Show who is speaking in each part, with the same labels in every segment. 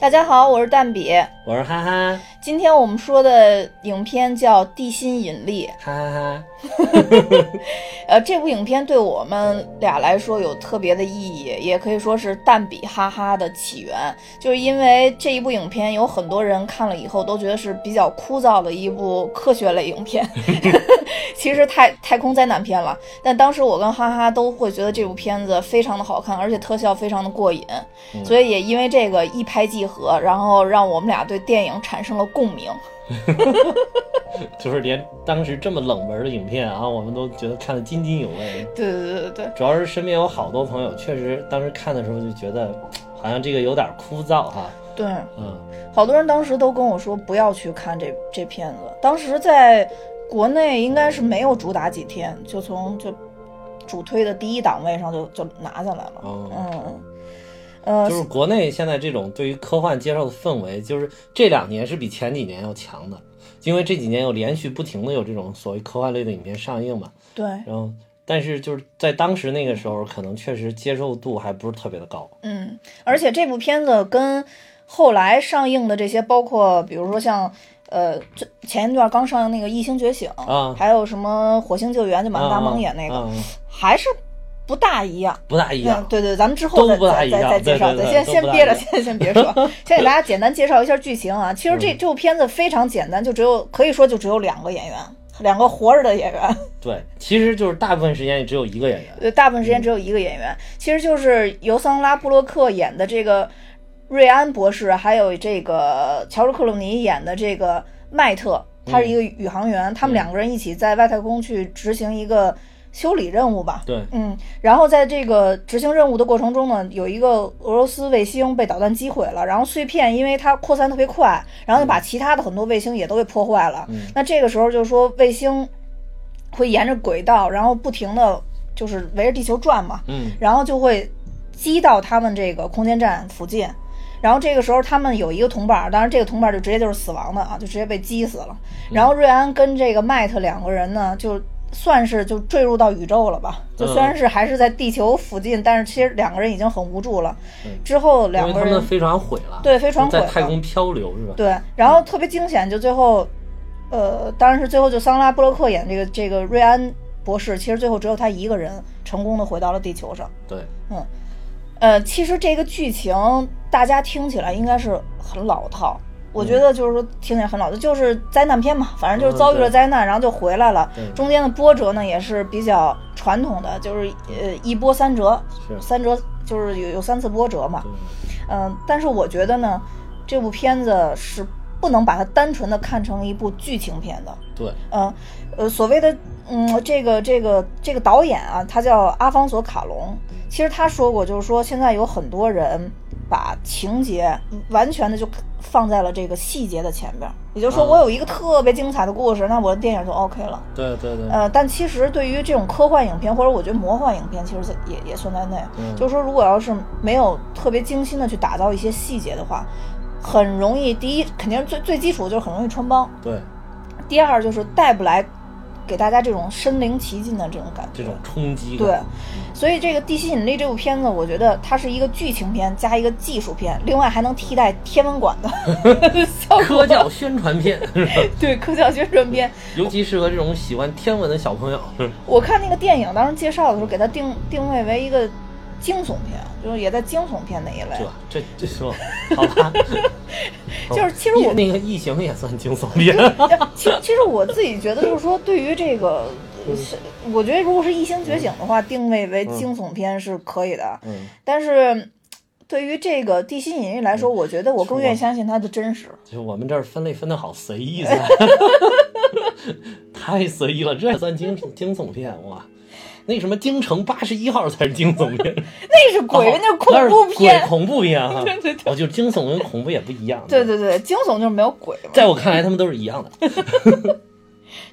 Speaker 1: 大家好，我是蛋比。
Speaker 2: 我是哈哈
Speaker 1: 今天我们说的影片叫《地心引力》。
Speaker 2: 哈哈哈，
Speaker 1: 呃，这部影片对我们俩来说有特别的意义，也可以说是蛋比哈哈的起源。就是因为这一部影片，有很多人看了以后都觉得是比较枯燥的一部科学类影片，其实太太空灾难片了。但当时我跟哈哈都会觉得这部片子非常的好看，而且特效非常的过瘾，
Speaker 2: 嗯
Speaker 1: 所以也因为这个一拍即合，然后让我们俩对电影产生了共鸣。
Speaker 2: 就是连当时这么冷门的影片啊，我们都觉得看得津津有味。
Speaker 1: 对对对对对。
Speaker 2: 主要是身边有好多朋友，确实当时看的时候就觉得，好像这个有点枯燥哈。
Speaker 1: 对，
Speaker 2: 嗯，
Speaker 1: 好多人当时都跟我说不要去看这这片子。当时在国内应该是没有主打几天，就从就主推的第一档位上就就拿下来了。
Speaker 2: 哦，
Speaker 1: 嗯，呃
Speaker 2: 就，是国内现在这种对于科幻接受的氛围，就是这两年是比前几年要强的，因为这几年有连续不停的有这种所谓科幻类的影片上映嘛。
Speaker 1: 对，
Speaker 2: 然后，但是就是在当时那个时候，可能确实接受度还不是特别的高。
Speaker 1: 嗯，而且这部片子跟后来上映的这些，包括比如说像。呃，这前一段刚上映那个《异星觉醒》
Speaker 2: 啊
Speaker 1: 还有什么《火星救援》，就满大
Speaker 2: 啊
Speaker 1: 蒙演那个，
Speaker 2: 啊啊
Speaker 1: 还是不大一样。
Speaker 2: 不大一样
Speaker 1: 嗯，。对对，咱们之后再
Speaker 2: 都不大
Speaker 1: 再
Speaker 2: 一
Speaker 1: 再
Speaker 2: 样
Speaker 1: 再介绍。
Speaker 2: 对对对
Speaker 1: 先
Speaker 2: 都
Speaker 1: 先
Speaker 2: 不大
Speaker 1: 憋
Speaker 2: 一
Speaker 1: 着，
Speaker 2: 样
Speaker 1: 先先别说， 先给大家简单介绍一下剧情啊。其实
Speaker 2: 嗯
Speaker 1: 这这部片子非常简单，就只有可以说就只有两个演员，两个活着的演员，
Speaker 2: 对，其实就是大部分时间也只有一个演员。
Speaker 1: 呃，大部分
Speaker 2: 嗯
Speaker 1: 时间只有一个演员。其实就是由桑拉布洛克演的这个瑞安博士，还有这个乔治克鲁尼演的这个麦特，他
Speaker 2: 嗯
Speaker 1: 是一个宇航员，他们两个人一起在外太空去执行一个修理任务吧。
Speaker 2: 对，
Speaker 1: 嗯，然后在这个执行任务的过程中呢，有一个俄罗斯卫星被导弹击毁了，然后碎片因为它扩散特别快，然后就把其他的很多卫星也都给破坏了。
Speaker 2: 嗯
Speaker 1: 那这个时候就是说卫星会沿着轨道，然后不停的就是围着地球转嘛，
Speaker 2: 嗯
Speaker 1: 然后就会击到他们这个空间站附近。然后这个时候，他们有一个同伴儿，当然这个同伴儿就直接就是死亡的啊，就直接被击死了。
Speaker 2: 嗯
Speaker 1: 然后瑞安跟这个麦特两个人呢，就算是就坠入到宇宙了
Speaker 2: 嗯
Speaker 1: 吧，就虽然是还是在地球附近，但是其实两个人已经很无助了。
Speaker 2: 嗯
Speaker 1: 之后
Speaker 2: 因为
Speaker 1: 两
Speaker 2: 他
Speaker 1: 个
Speaker 2: 们
Speaker 1: 人
Speaker 2: 的飞船毁了，
Speaker 1: 对飞船毁
Speaker 2: 在
Speaker 1: 了，
Speaker 2: 太空漂流是吧？
Speaker 1: 对，然后特别惊险，就最后，呃，当然是最后就桑拉布洛克演这个这个瑞安博士，其实最后只有他一个人成功的回到了地球上。
Speaker 2: 对
Speaker 1: 呃，其实这个剧情大家听起来应该是很老套，我觉得就是说听起来很老套，就是灾难片嘛，反正就是
Speaker 2: 嗯
Speaker 1: 遭遇了
Speaker 2: 对
Speaker 1: 灾难，然后就回来了
Speaker 2: 对。
Speaker 1: 中间的波折呢也是比较传统的，就是呃一波三折，
Speaker 2: 是
Speaker 1: 三折就是有有三次波折嘛。
Speaker 2: 对
Speaker 1: 嗯，但是我觉得呢，这部片子是不能把它单纯的看成一部剧情片的。
Speaker 2: 对，
Speaker 1: 嗯，呃，所谓的嗯，这个这个这个导演啊，他叫阿方索卡隆。其实他说过，就是说现在有很多人把情节完全的就放在了这个细节的前边儿，也就是说，
Speaker 2: 嗯
Speaker 1: 我有一个特别精彩的故事，那我的电影就 OK 了。
Speaker 2: 对对对，
Speaker 1: 呃，但其实对于这种科幻影片，或者我觉得魔幻影片，其实也也算在内。
Speaker 2: 嗯
Speaker 1: 就是说，如果要是没有特别精心的去打造一些细节的话，很容易，第一肯定是最最基础就是很容易穿帮，
Speaker 2: 对
Speaker 1: 第二就是带不来给大家这种身临其境的这种感觉。
Speaker 2: 这种冲击
Speaker 1: 对
Speaker 2: 感，，
Speaker 1: 所以这个《地心引力》这部片子，我觉得它是一个剧情片加一个技术片，另外还能替代天文馆 的效果。
Speaker 2: 科教宣传片，是吧
Speaker 1: 对科教宣传片，
Speaker 2: 尤其适合这种喜欢天文的小朋友。是
Speaker 1: 我看那个电影当时介绍的时候，给它定定位为一个惊悚片，就是也在惊悚片那一类。，
Speaker 2: 这这这说好吧
Speaker 1: 就是其 实我
Speaker 2: 那个异形也算惊悚 片，
Speaker 1: 哎其其实我自己觉得，就是说，对于这个，呃是我觉得如果是《异星觉醒》的话，定位为惊悚片是可以的。
Speaker 2: 嗯，
Speaker 1: 但是对于这个《地心引力》来说，我觉得我更愿意相信它的真实。
Speaker 2: 就是我们这儿分类分的好随意噻， 太随意了，这也算惊惊悚片哇？那什么京城八十一号才是惊悚片，
Speaker 1: 那是 鬼，
Speaker 2: 哦
Speaker 1: 那是恐怖
Speaker 2: 那是鬼
Speaker 1: 片。
Speaker 2: 恐怖片啊！
Speaker 1: 对对
Speaker 2: 哦，就是惊悚跟恐怖也不一样。
Speaker 1: 对，对对，惊悚就是没有鬼嘛。
Speaker 2: 在我看来，他们都是一样的。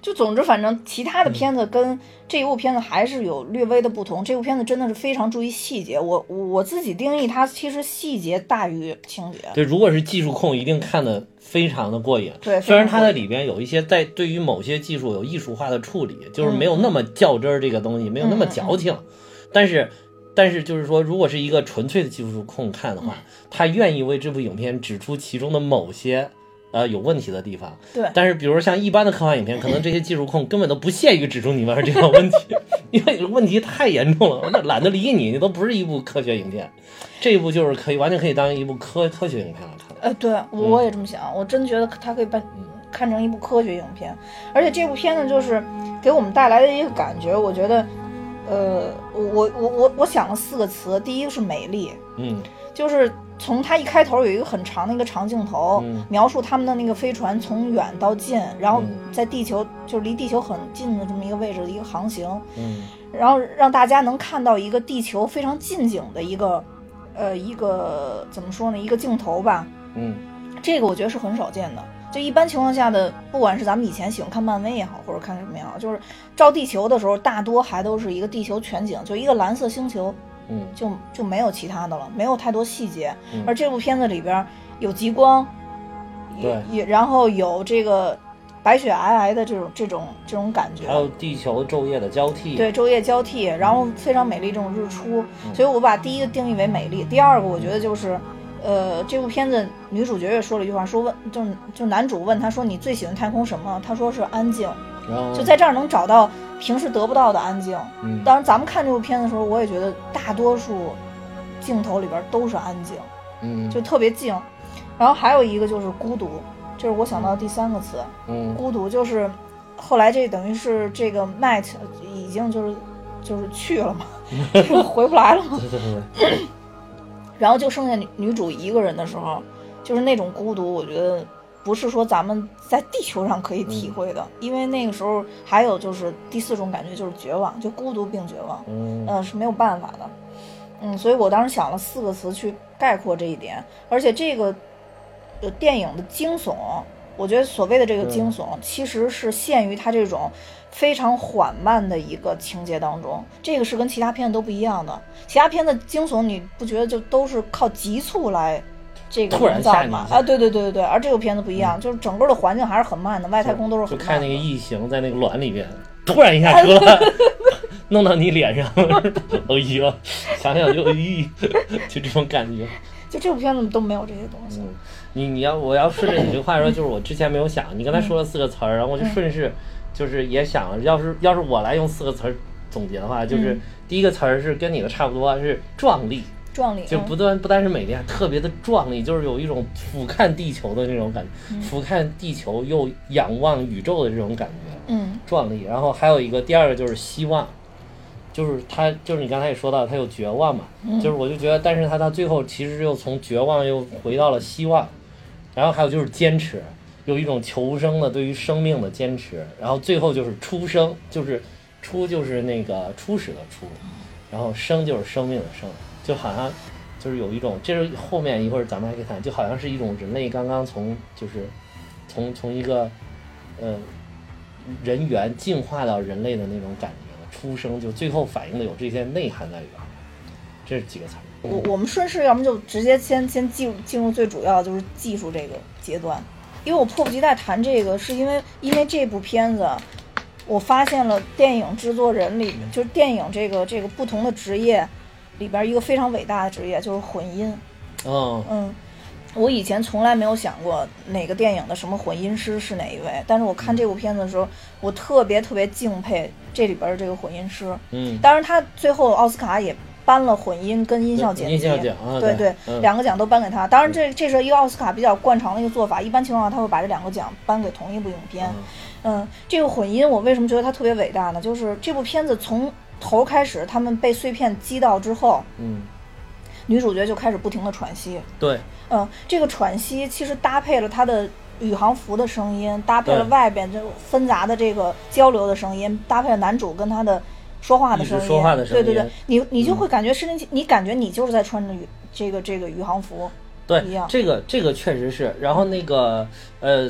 Speaker 1: 就总之，反正其他的片子跟这一部片子还是有略微的不同。这部片子真的是非常注意细节，我我我自己定义它，其实细节大于情节。
Speaker 2: 对，如果是技术控，一定看得非常的过瘾。
Speaker 1: 对
Speaker 2: 虽然它
Speaker 1: 非常过
Speaker 2: 在
Speaker 1: 瘾
Speaker 2: 里边有一些在对于某些技
Speaker 1: 嗯
Speaker 2: 术有艺术化的处理，就是没有那么较真儿这个东西，没有那么矫情，但是但是就是说，如果是一个纯粹的技术控看的话，
Speaker 1: 嗯
Speaker 2: 他愿意为这部影片指出其中的某些呃有问题的地方。
Speaker 1: 对
Speaker 2: 但是比如说像一般的科幻影片，可能这些技术控根本都不屑于指出你们这样的问题， 因为问题太严重了，我都懒得理你，你都不是一部科学影片。这一部就是可以完全可以当一部科科学影片来看。
Speaker 1: 呃，对，
Speaker 2: 嗯
Speaker 1: 我我也这么想，我真觉得它可以办看成一部科学影片，而且这部片呢，就是给我们带来的一个感觉，我觉得，呃，我我我我想了四个词，第一个是美丽，
Speaker 2: 嗯
Speaker 1: 就是从它一开头有一个很长的一个长镜头，
Speaker 2: 嗯
Speaker 1: 描述他们的那个飞船从远到近，然后
Speaker 2: 嗯
Speaker 1: 在地球就是离地球很近的这么一个位置的一个航行，
Speaker 2: 嗯
Speaker 1: 然后让大家能看到一个地球非常近景的一个，呃，一个怎么说呢，一个镜头吧，
Speaker 2: 嗯
Speaker 1: 这个我觉得是很少见的。就一般情况下的，不管是咱们以前喜欢看漫威也好，或者看什么也好，就是照地球的时候，大多还都是一个地球全景，就一个蓝色星球，
Speaker 2: 嗯
Speaker 1: 就就没有其他的了，没有太多细节。
Speaker 2: 嗯
Speaker 1: 而这部片子里边有极光，也
Speaker 2: 对
Speaker 1: 也然后有这个白雪皑皑的这种这种这种感觉，
Speaker 2: 还有地球昼夜的交替。嗯
Speaker 1: 对，昼夜交替，然后非常美丽这种日出，所以我把第一个定义为美丽，第二个我觉得就是，呃，这部片子女主角也说了一句话，说问就就男主问她说你最喜欢太空什么？她说是安静，
Speaker 2: 然后
Speaker 1: 就在这儿能找到平时得不到的安静。
Speaker 2: 嗯
Speaker 1: 当然，咱们看这部片子的时候，我也觉得大多数镜头里边都是安静，
Speaker 2: 嗯
Speaker 1: 就特别静。然后还有一个就是孤独，这是我想到第三个词，
Speaker 2: 嗯
Speaker 1: 孤独就是后来这等于是这个 Matt 已经就是就是去了嘛，就是回不来了嘛。
Speaker 2: 对对对。
Speaker 1: 然后就剩下女女主一个人的时候，就是那种孤独，我觉得不是说咱们在地球上可以体会的，因为那个时候还有就是第四种感觉就是绝望，就孤独并绝望，
Speaker 2: 嗯
Speaker 1: 嗯、是没有办法的。嗯，所以我当时想了四个词去概括这一点，而且这个呃电影的惊悚，我觉得所谓的这个惊悚，其实是限于它这种非常缓慢的一个情节当中，这个是跟其他片子都不一样的。其他片子惊悚，你不觉得就都是靠急促来这个
Speaker 2: 突然
Speaker 1: 营造
Speaker 2: 吓你一
Speaker 1: 吗？
Speaker 2: 下嗯
Speaker 1: 啊，对对对对对，而这个片子不一样，就是整个的环境还是很慢的，外太空都是
Speaker 2: 就
Speaker 1: 很
Speaker 2: 看
Speaker 1: 慢
Speaker 2: 那
Speaker 1: 的。
Speaker 2: 个异形在那个卵里面，突然一下出来， 弄到你脸上， 哎呀，想想就哎， 就这种感觉。
Speaker 1: 就这部片子都没有这些东西。
Speaker 2: 嗯，你你要我要顺着你这话说，就是我之前没有想，你刚
Speaker 1: 嗯
Speaker 2: 才说了四个词儿，然后我就顺势就是也想了，要是要是我来用四个词儿总结的话，就是
Speaker 1: 嗯
Speaker 2: 第一个词儿是跟你的差不多，是壮丽。
Speaker 1: 壮丽
Speaker 2: 就
Speaker 1: 嗯
Speaker 2: 不断不单是美丽，还特别的壮丽，就是有一种俯瞰地球的那种感觉，
Speaker 1: 嗯
Speaker 2: 俯瞰地球又仰望宇宙的这种感觉。
Speaker 1: 嗯
Speaker 2: 壮丽，然后还有一个第二个就是希望，就是他就是你刚才也说到他有绝望嘛，
Speaker 1: 嗯
Speaker 2: 就是我就觉得，但是他到最后其实又从绝望又回到了希望，然后还有就是坚持，有一种求生的对于生命的坚持，然后最后就是出生，就是出就是那个初始的出，然后生就是生命的生，就好像。就是有一种，这是后面一会儿咱们还可以看，就好像是一种人类刚刚从就是从从一个呃人猿进化到人类的那种感觉了，出生就最后反映的有这些内涵在里边儿。这是几个词儿。
Speaker 1: 我我们顺势，要么就直接先先进入进入最主要的就是技术这个阶段，因为我迫不及待谈这个，是因为因为这部片子，我发现了电影制作人里就是电影这个这个不同的职业里边一个非常伟大的职业就是混音，
Speaker 2: 嗯
Speaker 1: 嗯。我以前从来没有想过哪个电影的什么混音师是哪一位，但是我看这部片子的时候，我特别特别敬佩这里边的这个混音师。
Speaker 2: 嗯，
Speaker 1: 当然，他最后奥斯卡也颁了混音跟音效剪辑，
Speaker 2: 音效奖啊
Speaker 1: 对
Speaker 2: 对嗯
Speaker 1: 两个奖都颁给他。当然这，这是一个奥斯卡比较惯常的一个做法，一般情况下他会把这两个奖颁给同一部影片。嗯，这个混音我为什么觉得它特别伟大呢？就是这部片子从头开始，他们被碎片击到之后，
Speaker 2: 嗯，
Speaker 1: 女主角就开始不停的喘息。
Speaker 2: 对，
Speaker 1: 嗯，这个喘息其实搭配了它的宇航服的声音，搭配了
Speaker 2: 对
Speaker 1: 外边这纷杂的这个交流的声音，搭配了男主跟他的说话的
Speaker 2: 一直
Speaker 1: 声音，
Speaker 2: 说话的声
Speaker 1: 对对
Speaker 2: 音嗯
Speaker 1: 对，你你就会感觉身临其，你感觉你就是在穿着宇这个这个宇航服，
Speaker 2: 对
Speaker 1: 一样，
Speaker 2: 这个这个确实是。然后那个呃，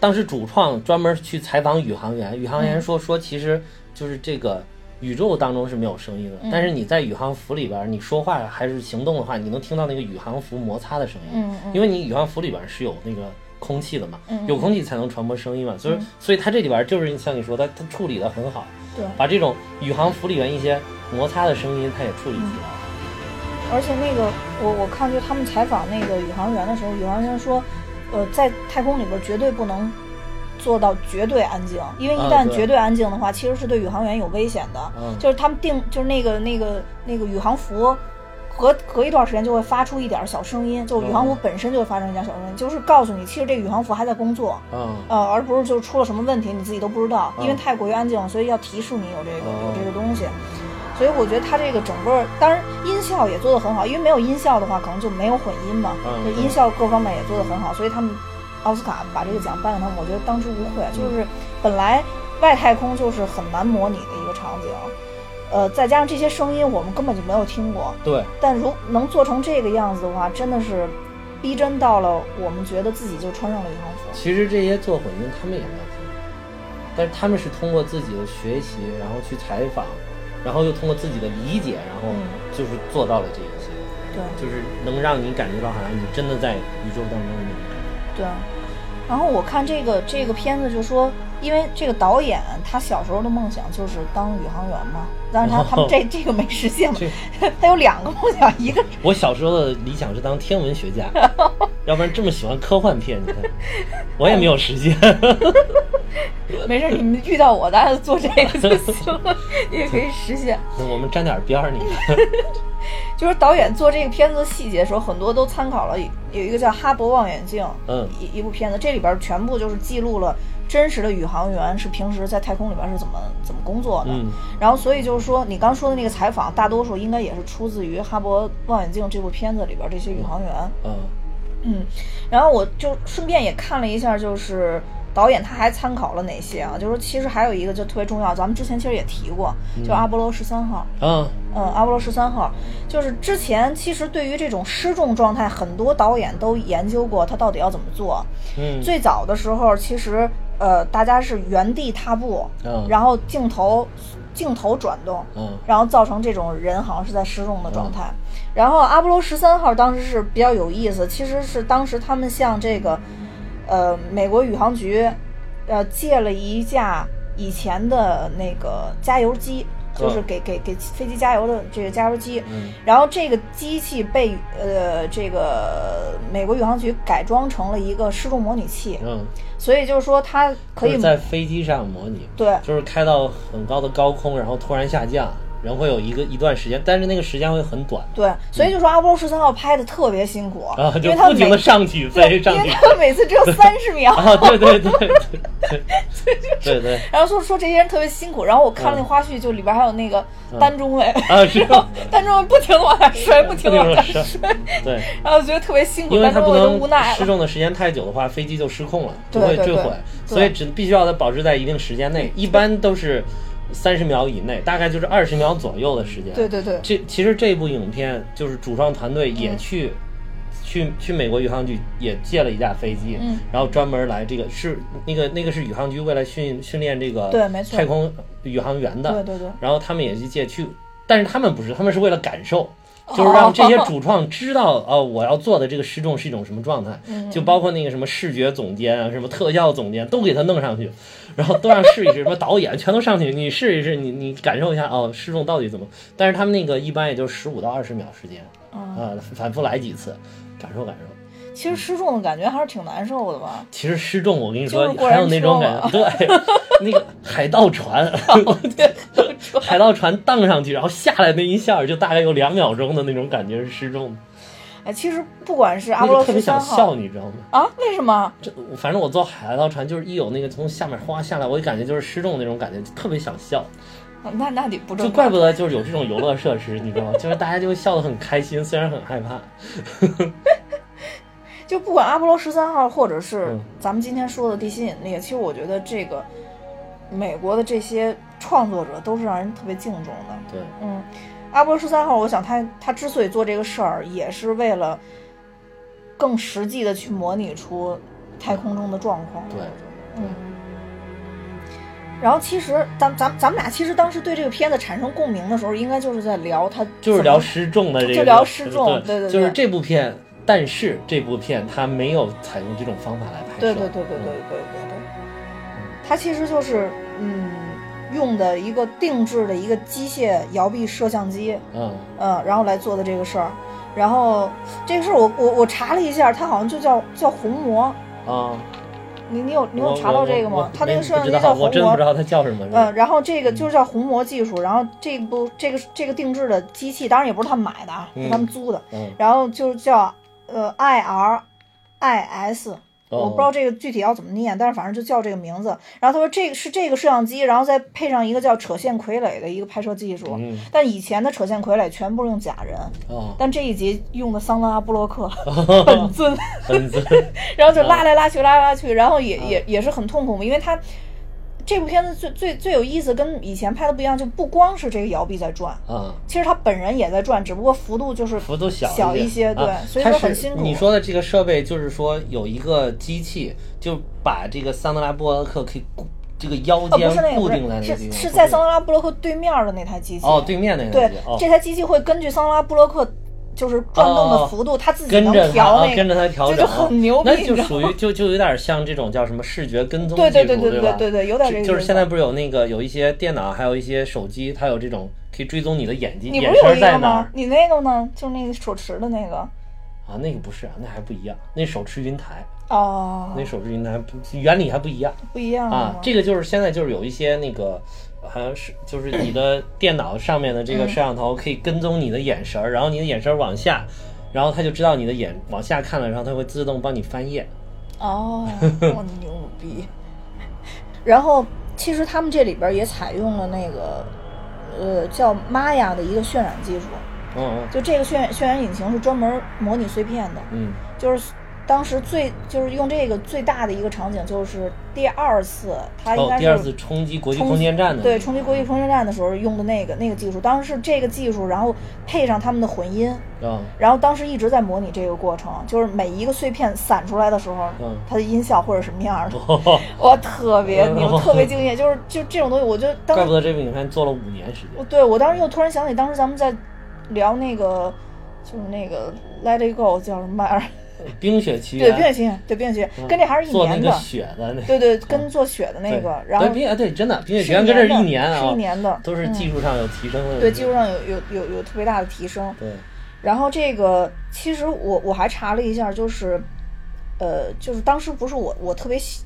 Speaker 2: 当时主创专门去采访宇航员，宇航
Speaker 1: 嗯
Speaker 2: 员说、说其实就是这个。宇宙当中是没有声音的，
Speaker 1: 嗯
Speaker 2: 但是你在宇航服里边儿，你说话还是行动的话，你能听到那个宇航服摩擦的声音，
Speaker 1: 嗯
Speaker 2: 因为你宇航服里边儿是有那个空气的嘛，
Speaker 1: 嗯
Speaker 2: 有空气才能传播声音嘛，所以、所以它这里边儿就是像你说，它它处理的很好，
Speaker 1: 对
Speaker 2: 把这种宇航服里面一些摩擦的声音它也处理出来了，
Speaker 1: 而且那个我我看就他们采访那个宇航员的时候，宇航员说，呃，在太空里边绝对不能做到绝对安静，因为一
Speaker 2: 啊
Speaker 1: 旦
Speaker 2: 对
Speaker 1: 绝对安静的话，其实是对宇航员有危险的。
Speaker 2: 嗯
Speaker 1: 就是他们定就是那个那个那个宇航服。隔隔一段时间就会发出一点小声音，就宇航服
Speaker 2: 嗯
Speaker 1: 本身就会发生一点小声音，就是告诉你，其实这个宇航服还在工作，
Speaker 2: 啊
Speaker 1: 呃，而不是就出了什么问题你自己都不知道，因为
Speaker 2: 嗯
Speaker 1: 太过于安静了，所以要提示你有这个有
Speaker 2: 哦
Speaker 1: 这个东西。所以我觉得它这个整个，当然音效也做得很好，因为没有音效的话，可能就没有混音嘛，
Speaker 2: 嗯
Speaker 1: 就
Speaker 2: 对
Speaker 1: 音效各方面也做得很好，所以他们奥斯卡把这个奖颁给他们，我觉得当之无
Speaker 2: 嗯
Speaker 1: 愧。啊就是本来外太空就是很难模拟的一个场景，呃，再加上这些声音我们根本就没有听过，
Speaker 2: 对，
Speaker 1: 但如能做成这个样子的话，真的是逼真到了我们觉得自己就穿上了宇航服。
Speaker 2: 其实这些做混音他们也没有听过，但是他们是通过自己的学习，然后去采访，然后又通过自己的理解，然后
Speaker 1: 嗯
Speaker 2: 就是做到了这一切，
Speaker 1: 对。
Speaker 2: 就是能让你感觉到好像你真的在宇宙当中的那种感觉。
Speaker 1: 对。然后我看这个这个片子就说，因为这个导演他小时候的梦想就是当宇航员嘛，但是他他们这这个没实 现嘛，他有两个梦想，一个
Speaker 2: 我小时候的理想是当天文学 家，要不然这么喜欢科幻片，你看我也没有实现。
Speaker 1: 哎是没事，你们遇到我，咱俩做这个就行了，也可以实现。
Speaker 2: 我们沾点边儿，你 看。
Speaker 1: 就是导演做这个片子细节的时候，很多都参考了有一个叫哈勃望远镜，
Speaker 2: 嗯
Speaker 1: 一一部片子，这里边全部就是记录了真实的宇航员是平时在太空里边是怎么怎么工作的。
Speaker 2: 嗯
Speaker 1: 然后，所以就是说，你刚说的那个采访，大多数应该也是出自于《哈勃望远镜》这部片子里边这些宇航员。
Speaker 2: 嗯
Speaker 1: 嗯，然后我就顺便也看了一下，就是导演他还参考了哪些啊？就是说其实还有一个就特别重要，咱们之前其实也提过，就阿波罗十三号。
Speaker 2: 啊
Speaker 1: 嗯，阿波罗十三号，就是之前其实对于这种失重状态，很多导演都研究过它到底要怎么做。
Speaker 2: 嗯，
Speaker 1: 最早的时候，其实呃，大家是原地踏步，
Speaker 2: 嗯
Speaker 1: 然后镜头镜头转动，
Speaker 2: 嗯
Speaker 1: 然后造成这种人好像是在失重的状态。然后阿波罗十三号当时是比较有意思，其实是当时他们向这个呃美国宇航局呃借了一架以前的那个加油机，就是
Speaker 2: 嗯
Speaker 1: 给给给飞机加油的这个加油机。
Speaker 2: 嗯
Speaker 1: 然后这个机器被呃这个美国宇航局改装成了一个失重模拟器，
Speaker 2: 嗯，
Speaker 1: 所以就是说它可
Speaker 2: 就
Speaker 1: 以
Speaker 2: 是在飞机上模拟，
Speaker 1: 对
Speaker 2: 就是开到很高的高空，然后突然下降，人会有一个一段时间，但是那个时间会很短
Speaker 1: 对，所以就说阿波罗十三号拍的特别辛苦，
Speaker 2: 啊，
Speaker 1: 因
Speaker 2: 就
Speaker 1: 为它
Speaker 2: 不停
Speaker 1: 每
Speaker 2: 的上起
Speaker 1: 对，
Speaker 2: 飞
Speaker 1: 因
Speaker 2: 上
Speaker 1: 为
Speaker 2: 起
Speaker 1: 他们每次只 有三十秒。
Speaker 2: 啊，对对对 对对对对
Speaker 1: 然后说说这些人特别辛苦，然后我看了那
Speaker 2: 嗯
Speaker 1: 花絮，就里边还有那个单中尉，
Speaker 2: 啊是
Speaker 1: 然后单中尉不停地往下摔，不停地往下
Speaker 2: 不停地往
Speaker 1: 摔，
Speaker 2: 对。
Speaker 1: 然后觉得特别辛苦，
Speaker 2: 嗯因为
Speaker 1: 单
Speaker 2: 它
Speaker 1: 中
Speaker 2: 不
Speaker 1: 尉都
Speaker 2: 能
Speaker 1: 无奈
Speaker 2: 失
Speaker 1: 了。
Speaker 2: 重的时间太久的话，飞机就失控了，就
Speaker 1: 对
Speaker 2: 会
Speaker 1: 对
Speaker 2: 坠
Speaker 1: 对
Speaker 2: 毁，
Speaker 1: 对
Speaker 2: 所以只必须要它保持在一定时间内，一般都是三十秒以内，大概就是二十秒左右的时间。
Speaker 1: 对对对，嗯
Speaker 2: 这其实这部影片就是主创团队也去、去去美国宇航局也借了一架飞机，
Speaker 1: 嗯
Speaker 2: 然后专门来这个是那个那个是宇航局为了训训练这个
Speaker 1: 对没错
Speaker 2: 太空宇航员的，
Speaker 1: 对对对
Speaker 2: 然后他们也去借去，但是他们不是，他们是为了感受。就是让这些主创知道，哦，我要做的这个失重是一种什么状态，
Speaker 1: 嗯
Speaker 2: 就包括那个什么视觉总监啊，什么特效总监都给他弄上去，然后都让试一试，什么导演全都上去，你试一试，你你感受一下哦，失重到底怎么？但是他们那个一般也就十五到二十秒时间，
Speaker 1: 哦
Speaker 2: 啊、反复来几次，感受感受。
Speaker 1: 其实失重的感觉还是挺难受的 吧。
Speaker 2: 其实失重，我跟你说
Speaker 1: 就是，过
Speaker 2: 还
Speaker 1: 山
Speaker 2: 有那种感觉，对， 那个海盗船，
Speaker 1: 对，
Speaker 2: 海盗船荡上去，然后下来那一下儿就大概有两秒钟的那种感觉是失重的，
Speaker 1: 哎，其实不管是阿
Speaker 2: 那
Speaker 1: 波
Speaker 2: 个
Speaker 1: 罗
Speaker 2: 特
Speaker 1: 十
Speaker 2: 别想
Speaker 1: 三号
Speaker 2: 笑，你知道吗？
Speaker 1: 啊，为什么？
Speaker 2: 这反正我坐海盗船，就是一有那个从下面哗下来，我就感觉就是失重那种感觉，就特别想笑。
Speaker 1: 那那得不
Speaker 2: 就
Speaker 1: 正
Speaker 2: 怪
Speaker 1: 常。
Speaker 2: 不得就是有这种游乐设施，你知道吗？就是大家就会笑得很开心，虽然很害怕。
Speaker 1: 就不管阿波罗十三号，或者是
Speaker 2: 嗯
Speaker 1: 咱们今天说的地心引力，其实我觉得这个美国的这些创作者都是让人特别敬重的。
Speaker 2: 对，
Speaker 1: 嗯，阿波十三号，我想他他之所以做这个事儿，也是为了更实际的去模拟出太空中的状况。
Speaker 2: 对
Speaker 1: 嗯。然后其实咱咱咱们俩其实当时对这个片子产生共鸣的时候，应该就是在聊他
Speaker 2: 就
Speaker 1: 怎
Speaker 2: 是
Speaker 1: 么
Speaker 2: 聊失重的这个，
Speaker 1: 就聊失重对对
Speaker 2: 对
Speaker 1: 对
Speaker 2: 就是这部片，但是这部片它没有采用这种方法来拍摄，
Speaker 1: 对对对对对对对对对，它其实就是嗯，用的一个定制的一个机械摇臂摄像机，
Speaker 2: 嗯，
Speaker 1: 嗯，然后来做的这个事儿。然后这个事儿我我我查了一下，它好像就叫叫虹膜。
Speaker 2: 啊，
Speaker 1: 你你有你有
Speaker 2: 我
Speaker 1: 查到这个
Speaker 2: 我
Speaker 1: 吗
Speaker 2: 我？
Speaker 1: 它那个
Speaker 2: 没
Speaker 1: 摄像
Speaker 2: 不
Speaker 1: 机
Speaker 2: 知
Speaker 1: 叫
Speaker 2: 道，
Speaker 1: 虹
Speaker 2: 我真不
Speaker 1: 膜
Speaker 2: 知。道它叫什么。是吧
Speaker 1: 嗯，然后这个就是叫虹膜技术，然后这部这个这个定制的机器，当然也不是他们买的啊，
Speaker 2: 嗯
Speaker 1: 是他们租的，
Speaker 2: 嗯，
Speaker 1: 然后就是叫呃 IRIS，我
Speaker 2: 哦
Speaker 1: 不知道这个具体要怎么念，但是反正就叫这个名字。然后他说这个是这个摄像机，然后再配上一个叫扯线傀儡的一个拍摄技术，
Speaker 2: 嗯
Speaker 1: 但以前的扯线傀儡全部用假人，
Speaker 2: 哦，
Speaker 1: 但这一集用的桑德拉布洛 克本尊，
Speaker 2: 很自
Speaker 1: 然后就拉来拉去，拉来拉去，然后
Speaker 2: 嗯
Speaker 1: 也也也是很痛苦嘛，因为他这部片子最最最有意思，跟以前拍的不一样，就不光是这个摇臂在转，
Speaker 2: 啊，
Speaker 1: 其实他本人也在转，只不过幅度就是
Speaker 2: 幅度小
Speaker 1: 小
Speaker 2: 一
Speaker 1: 些，对，
Speaker 2: 啊
Speaker 1: 所以
Speaker 2: 它
Speaker 1: 说
Speaker 2: 是
Speaker 1: 很辛苦。
Speaker 2: 你说的这个设备就是说有一个机器，就把这个桑德拉布洛克可以固这个腰
Speaker 1: 哦，
Speaker 2: 间
Speaker 1: 不是那个，
Speaker 2: 固
Speaker 1: 不
Speaker 2: 定在那
Speaker 1: 是，
Speaker 2: 个地
Speaker 1: 是
Speaker 2: 方，
Speaker 1: 是
Speaker 2: 不
Speaker 1: 在桑德拉布洛克对面的那台机器。
Speaker 2: 哦对面那个
Speaker 1: 对
Speaker 2: 东西哦，
Speaker 1: 这台机器会根据桑德拉布洛克就是转动的幅度，它自己
Speaker 2: 哦跟
Speaker 1: 能
Speaker 2: 着它
Speaker 1: 调
Speaker 2: 啊
Speaker 1: 那个，
Speaker 2: 跟着它调
Speaker 1: 这
Speaker 2: 整，
Speaker 1: 就很牛逼，
Speaker 2: 那就
Speaker 1: 你知道
Speaker 2: 属于就就有点像这种叫什么视觉跟踪
Speaker 1: 对
Speaker 2: 技术，
Speaker 1: 对对对对
Speaker 2: 吧
Speaker 1: 对对，有点这个意思。
Speaker 2: 就是现在不是有那个有一些电脑，还有一些手机，它有这种可以追踪你的眼睛
Speaker 1: 你
Speaker 2: 眼
Speaker 1: 不是有
Speaker 2: 神
Speaker 1: 一
Speaker 2: 在
Speaker 1: 个
Speaker 2: 哪
Speaker 1: 吗
Speaker 2: 儿？
Speaker 1: 你那个呢？就是那个手持的那个。
Speaker 2: 啊？那个不是啊，那还不一样，那手持云台，
Speaker 1: 哦
Speaker 2: 那，手持云台不原理还不一样
Speaker 1: 不一样了
Speaker 2: 啊
Speaker 1: 吗。
Speaker 2: 这个就是现在就是有一些那个。好像是就是你的电脑上面的这
Speaker 1: 嗯
Speaker 2: 个摄像头可以跟踪你的眼神儿，然后你的眼神儿往下，然后它就知道你的眼往下看了，然后它会自动帮你翻页。
Speaker 1: 哦，我牛逼。然后，其实他们这里边也采用了那个，呃，叫玛雅的一个渲染技术。
Speaker 2: 嗯
Speaker 1: 就这个渲染渲染引擎是专门模拟碎片的，
Speaker 2: 嗯
Speaker 1: 就是当时最就是用这个最大的一个场景，就是第二次它
Speaker 2: 嗯，
Speaker 1: 啊应
Speaker 2: 哦
Speaker 1: 该，
Speaker 2: 第二
Speaker 1: 是
Speaker 2: 次冲击国际
Speaker 1: 冲
Speaker 2: 空间站的
Speaker 1: 对冲击国际空间站的时候用的那个那个技术，当时是这个技术，然后配上他们的混音，
Speaker 2: 啊，
Speaker 1: 然后当时一直在模拟这个过程，就是每一个碎片散出来的时候，
Speaker 2: 嗯
Speaker 1: 它的音效或者什么 样的，我特别牛，
Speaker 2: 哦
Speaker 1: 特别敬业，就是就这种东西，我就当
Speaker 2: 怪
Speaker 1: 时
Speaker 2: 不得这部影片做了五年时
Speaker 1: 我
Speaker 2: 间。
Speaker 1: 对我当时又突然想起，当时咱们在聊那个，就是那个《Let It Go》叫什么玩意儿？
Speaker 2: 冰雪奇
Speaker 1: 对，
Speaker 2: 缘，
Speaker 1: 冰雪奇缘，对冰雪奇缘，跟这还是一
Speaker 2: 嗯做那
Speaker 1: 年
Speaker 2: 个
Speaker 1: 的，
Speaker 2: 雪的那
Speaker 1: 对对，跟做雪的那个，然后
Speaker 2: 对冰啊对，真的冰雪
Speaker 1: 是
Speaker 2: 奇缘跟这儿
Speaker 1: 一
Speaker 2: 一
Speaker 1: 年
Speaker 2: 年
Speaker 1: 的
Speaker 2: 啊，
Speaker 1: 是一年的嗯
Speaker 2: 都是技术上有提升的。
Speaker 1: 对技术上有有有有特别大的提升。
Speaker 2: 对，
Speaker 1: 然后这个其实我我还查了一下，就是，呃，就是当时不是我我特别喜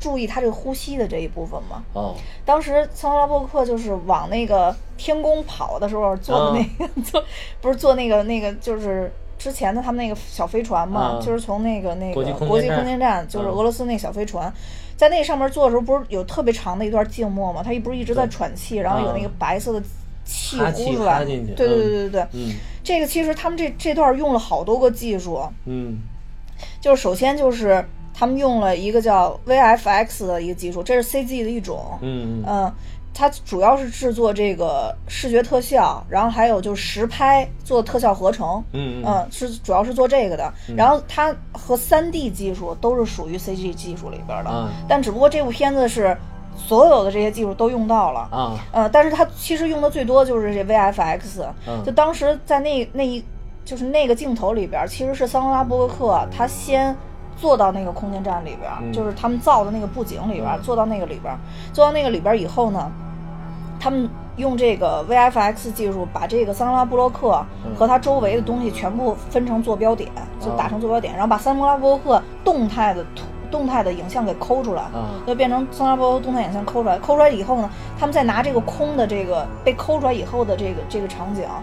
Speaker 1: 注意他这个呼吸的这一部分嘛，
Speaker 2: 哦，
Speaker 1: 当时桑德拉伯克就是往那个天宫跑的时候坐
Speaker 2: 嗯
Speaker 1: 的那个， 坐、不是坐那个那个就是之前的他们那个小飞船嘛，
Speaker 2: 啊
Speaker 1: 就是从那个那个
Speaker 2: 国际空间
Speaker 1: 国际
Speaker 2: 站
Speaker 1: 空间站，就是
Speaker 2: 嗯
Speaker 1: 俄罗斯那小飞船，在那上面坐的时候，不是有特别长的一段静默嘛？他一不是一直在喘气，然后有那个白色的气
Speaker 2: 嗯哈
Speaker 1: 呼
Speaker 2: 气
Speaker 1: 出来
Speaker 2: 哈
Speaker 1: 嘛，
Speaker 2: 进去
Speaker 1: 对对对
Speaker 2: 嗯
Speaker 1: 对对，
Speaker 2: 嗯
Speaker 1: 这个其实他们这这段用了好多个技术，
Speaker 2: 嗯
Speaker 1: 就是首先就是他们用了一个叫 VFX 的一个技术，这是 CG 的一种，
Speaker 2: 嗯
Speaker 1: 嗯，它主要是制作这个视觉特效，然后还有就是实拍做特效合成，
Speaker 2: 嗯嗯
Speaker 1: 嗯，是主要是做这个的。然后它和 3D 技术都是属于 CG 技术里边的，
Speaker 2: 啊
Speaker 1: 但只不过这部片子是所有的这些技术都用到了。
Speaker 2: 啊
Speaker 1: 呃，但是它其实用的最多就是这 VFX，、
Speaker 2: 嗯
Speaker 1: 就当时在那那一就是那个镜头里边儿，其实是桑德拉伯格克他先坐到那个空间站里边儿，
Speaker 2: 嗯
Speaker 1: 就是他们造的那个布景里边儿，
Speaker 2: 嗯
Speaker 1: 坐到那个里边儿，坐到那个里边儿以后呢，他们用这个 VFX 技术把这个桑德拉布洛克
Speaker 2: 嗯
Speaker 1: 和他周围的东西全部分成坐标点，
Speaker 2: 哦
Speaker 1: 就打成坐标点，然后把桑德拉布洛克动态的图、动态的影像给抠出来，
Speaker 2: 啊
Speaker 1: 就变成桑德拉波动态影像抠出来，抠出来以后呢，他们再拿这个空的这个被抠出来以后的这个这个场景，
Speaker 2: 啊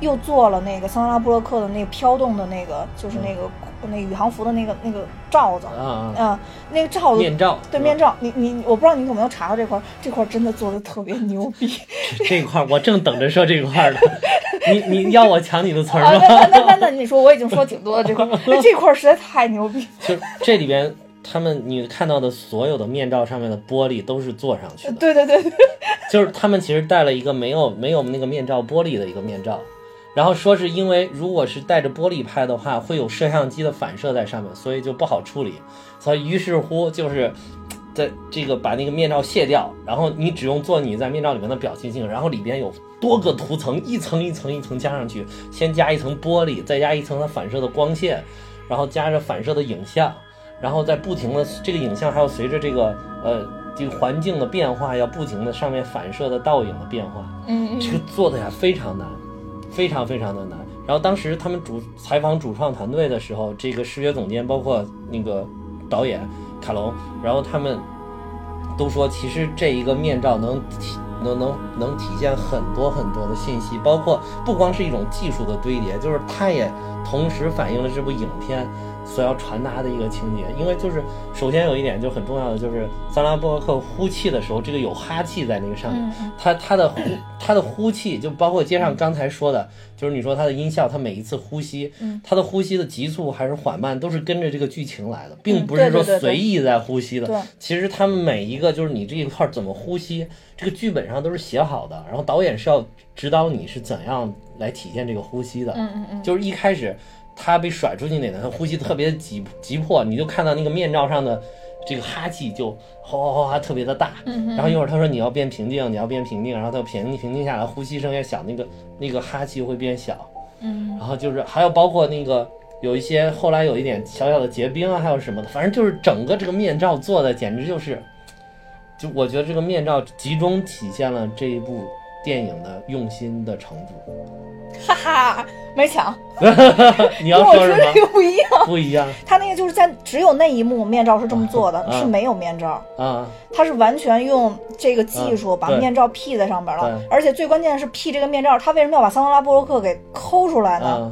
Speaker 1: 又做了那个桑德拉布洛克的那个飘动的那个，就是那个、那个宇航服的那个那个罩子，啊、
Speaker 2: 嗯啊
Speaker 1: 那个罩子
Speaker 2: 面罩
Speaker 1: 嗯
Speaker 2: 哦
Speaker 1: 对面罩，你你我不知道你有没有查到这块儿，这块儿真的做的特别牛 逼
Speaker 2: 这块儿我正等着说这块儿呢， 你你要我抢你的词
Speaker 1: 啊！那
Speaker 2: 儿吗？
Speaker 1: 那那那那你说我已经说挺多的 这块儿，那这块儿实在太牛逼，
Speaker 2: 就这里边。他们你看到的所有的面罩上面的玻璃都是做上去的，
Speaker 1: 对对对对，
Speaker 2: 就是他们其实戴了一个没有没有那个面罩玻璃的一个面罩，然后说是因为如果是带着玻璃拍的话，会有摄像机的反射在上面，所以就不好处理，所以于是乎就是。在这个把那个面罩卸掉，然后你只用做你在面罩里面的表情镜，然后里边有多个图层，一层一层一层加上去，先加一层玻璃，再加一层它反射的光线，然后加着反射的影像，然后再不停的这个影像还要随着这个呃这个环境的变化要不停的上面反射的倒影的变化，
Speaker 1: 嗯
Speaker 2: 这个做的呀非常难，非常非常的难。然后当时他们主采访主创团队的时候，这个视觉总监包括那个导演卡隆，然后他们都说，其实这一个面罩能体能能能体现很多很多的信息，包括不光是一种技术的堆叠，就是它也同时反映了这部影片所要传达的一个情节。因为就是首先有一点就很重要的，就是桑拉波克呼气的时候，这个有哈气在那个上面，
Speaker 1: 嗯
Speaker 2: 他他的呼他的呼气，就包括接上刚才说的，就是你说他的音效，他每一次呼吸
Speaker 1: 嗯，
Speaker 2: 他的呼吸的急促还是缓慢，都是跟着这个剧情来的，
Speaker 1: 嗯
Speaker 2: 并不是说
Speaker 1: 对对对对
Speaker 2: 随意在呼吸的。
Speaker 1: 对
Speaker 2: 其实他们每一个就是你这一块儿怎么呼吸，这个剧本上都是写好的，然后导演是要指导你是怎样来体现这个呼吸的。
Speaker 1: 嗯嗯嗯，
Speaker 2: 就是一开始他被甩出去那段，他呼吸特别急急迫，你就看到那个面罩上的这个哈气就哗哗哗哗特别的大。
Speaker 1: 嗯
Speaker 2: 然后一会儿他说你要变平静，你要变平静，然后他平平静下来，呼吸声也小，那个那个哈气会变小。
Speaker 1: 嗯，
Speaker 2: 然后就是还有包括那个有一些后来有一点小小的结冰啊，还有什么的，反正就是整个这个面罩做的简直就是，就我觉得这个面罩集中体现了这一部电影的用心的程度。
Speaker 1: 哈哈，没抢，
Speaker 2: 你
Speaker 1: 跟
Speaker 2: 要
Speaker 1: 我
Speaker 2: 说
Speaker 1: 说
Speaker 2: 什
Speaker 1: 的
Speaker 2: 么？
Speaker 1: 又不一样。
Speaker 2: 不一样
Speaker 1: 他那个就是在只有那一幕面罩是这么做的，
Speaker 2: 嗯
Speaker 1: 是没有面罩，
Speaker 2: 啊！
Speaker 1: 他是完全用这个技术把
Speaker 2: 嗯对
Speaker 1: 面罩 P 在上边了
Speaker 2: 对。
Speaker 1: 而且最关键的是 P 这个面罩，他为什么要把桑德拉波洛克给抠出来呢？
Speaker 2: 啊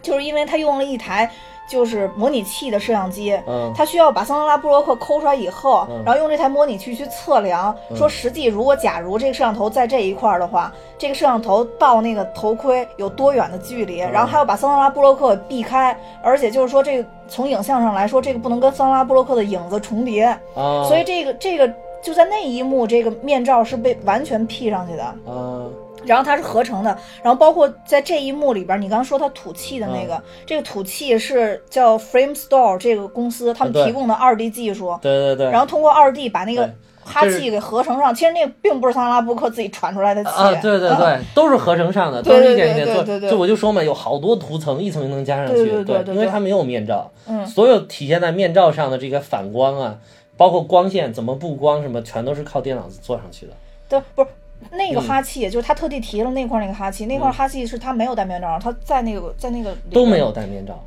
Speaker 1: 就是因为他用了一台就是模拟器的摄像机，
Speaker 2: 嗯
Speaker 1: 他需要把桑德拉布洛克抠出来以后，
Speaker 2: 嗯
Speaker 1: 然后用这台模拟器去测量，
Speaker 2: 嗯
Speaker 1: 说实际如果假如这个摄像头在这一块儿的话，这个摄像头到那个头盔有多远的距离，
Speaker 2: 嗯
Speaker 1: 然后还要把桑德拉布洛克避开，而且就是说这个从影像上来说，这个不能跟桑德拉布洛克的影子重叠，
Speaker 2: 啊！
Speaker 1: 所以这个这个。就在那一幕，这个面罩是被完全 P 上去的，
Speaker 2: 啊
Speaker 1: 然后它是合成的，然后包括在这一幕里边，你刚刚说它吐气的那
Speaker 2: 嗯
Speaker 1: 个，这个吐气是叫 Frame Store 这个公司他们
Speaker 2: 啊对
Speaker 1: 提供的二 D 技术，
Speaker 2: 对对哎对，
Speaker 1: 然后通过二 D 把那个
Speaker 2: 对
Speaker 1: 哈
Speaker 2: 这是
Speaker 1: 气给合成上。其实那并不是桑拉布克自己传出来的气，
Speaker 2: 啊，对对
Speaker 1: 嗯
Speaker 2: 对，都是合成上的，
Speaker 1: 对
Speaker 2: 都是
Speaker 1: 对
Speaker 2: 一点一
Speaker 1: 对
Speaker 2: 点
Speaker 1: 对
Speaker 2: 做。
Speaker 1: 对对
Speaker 2: 就我就说嘛，有好多涂层，一层一层加上去，
Speaker 1: 对对对对
Speaker 2: 因为
Speaker 1: 对
Speaker 2: 它没有面罩，
Speaker 1: 嗯
Speaker 2: 所有体现在面罩上的这个反光啊，包括光线怎么布光什么，全都是靠电脑做上去的。
Speaker 1: 对，不是那
Speaker 2: 嗯
Speaker 1: 个哈气，就是他特地提了那块那个哈气，那块哈气是他没有戴面罩，他在那个在那个里边
Speaker 2: 都没，有戴面罩，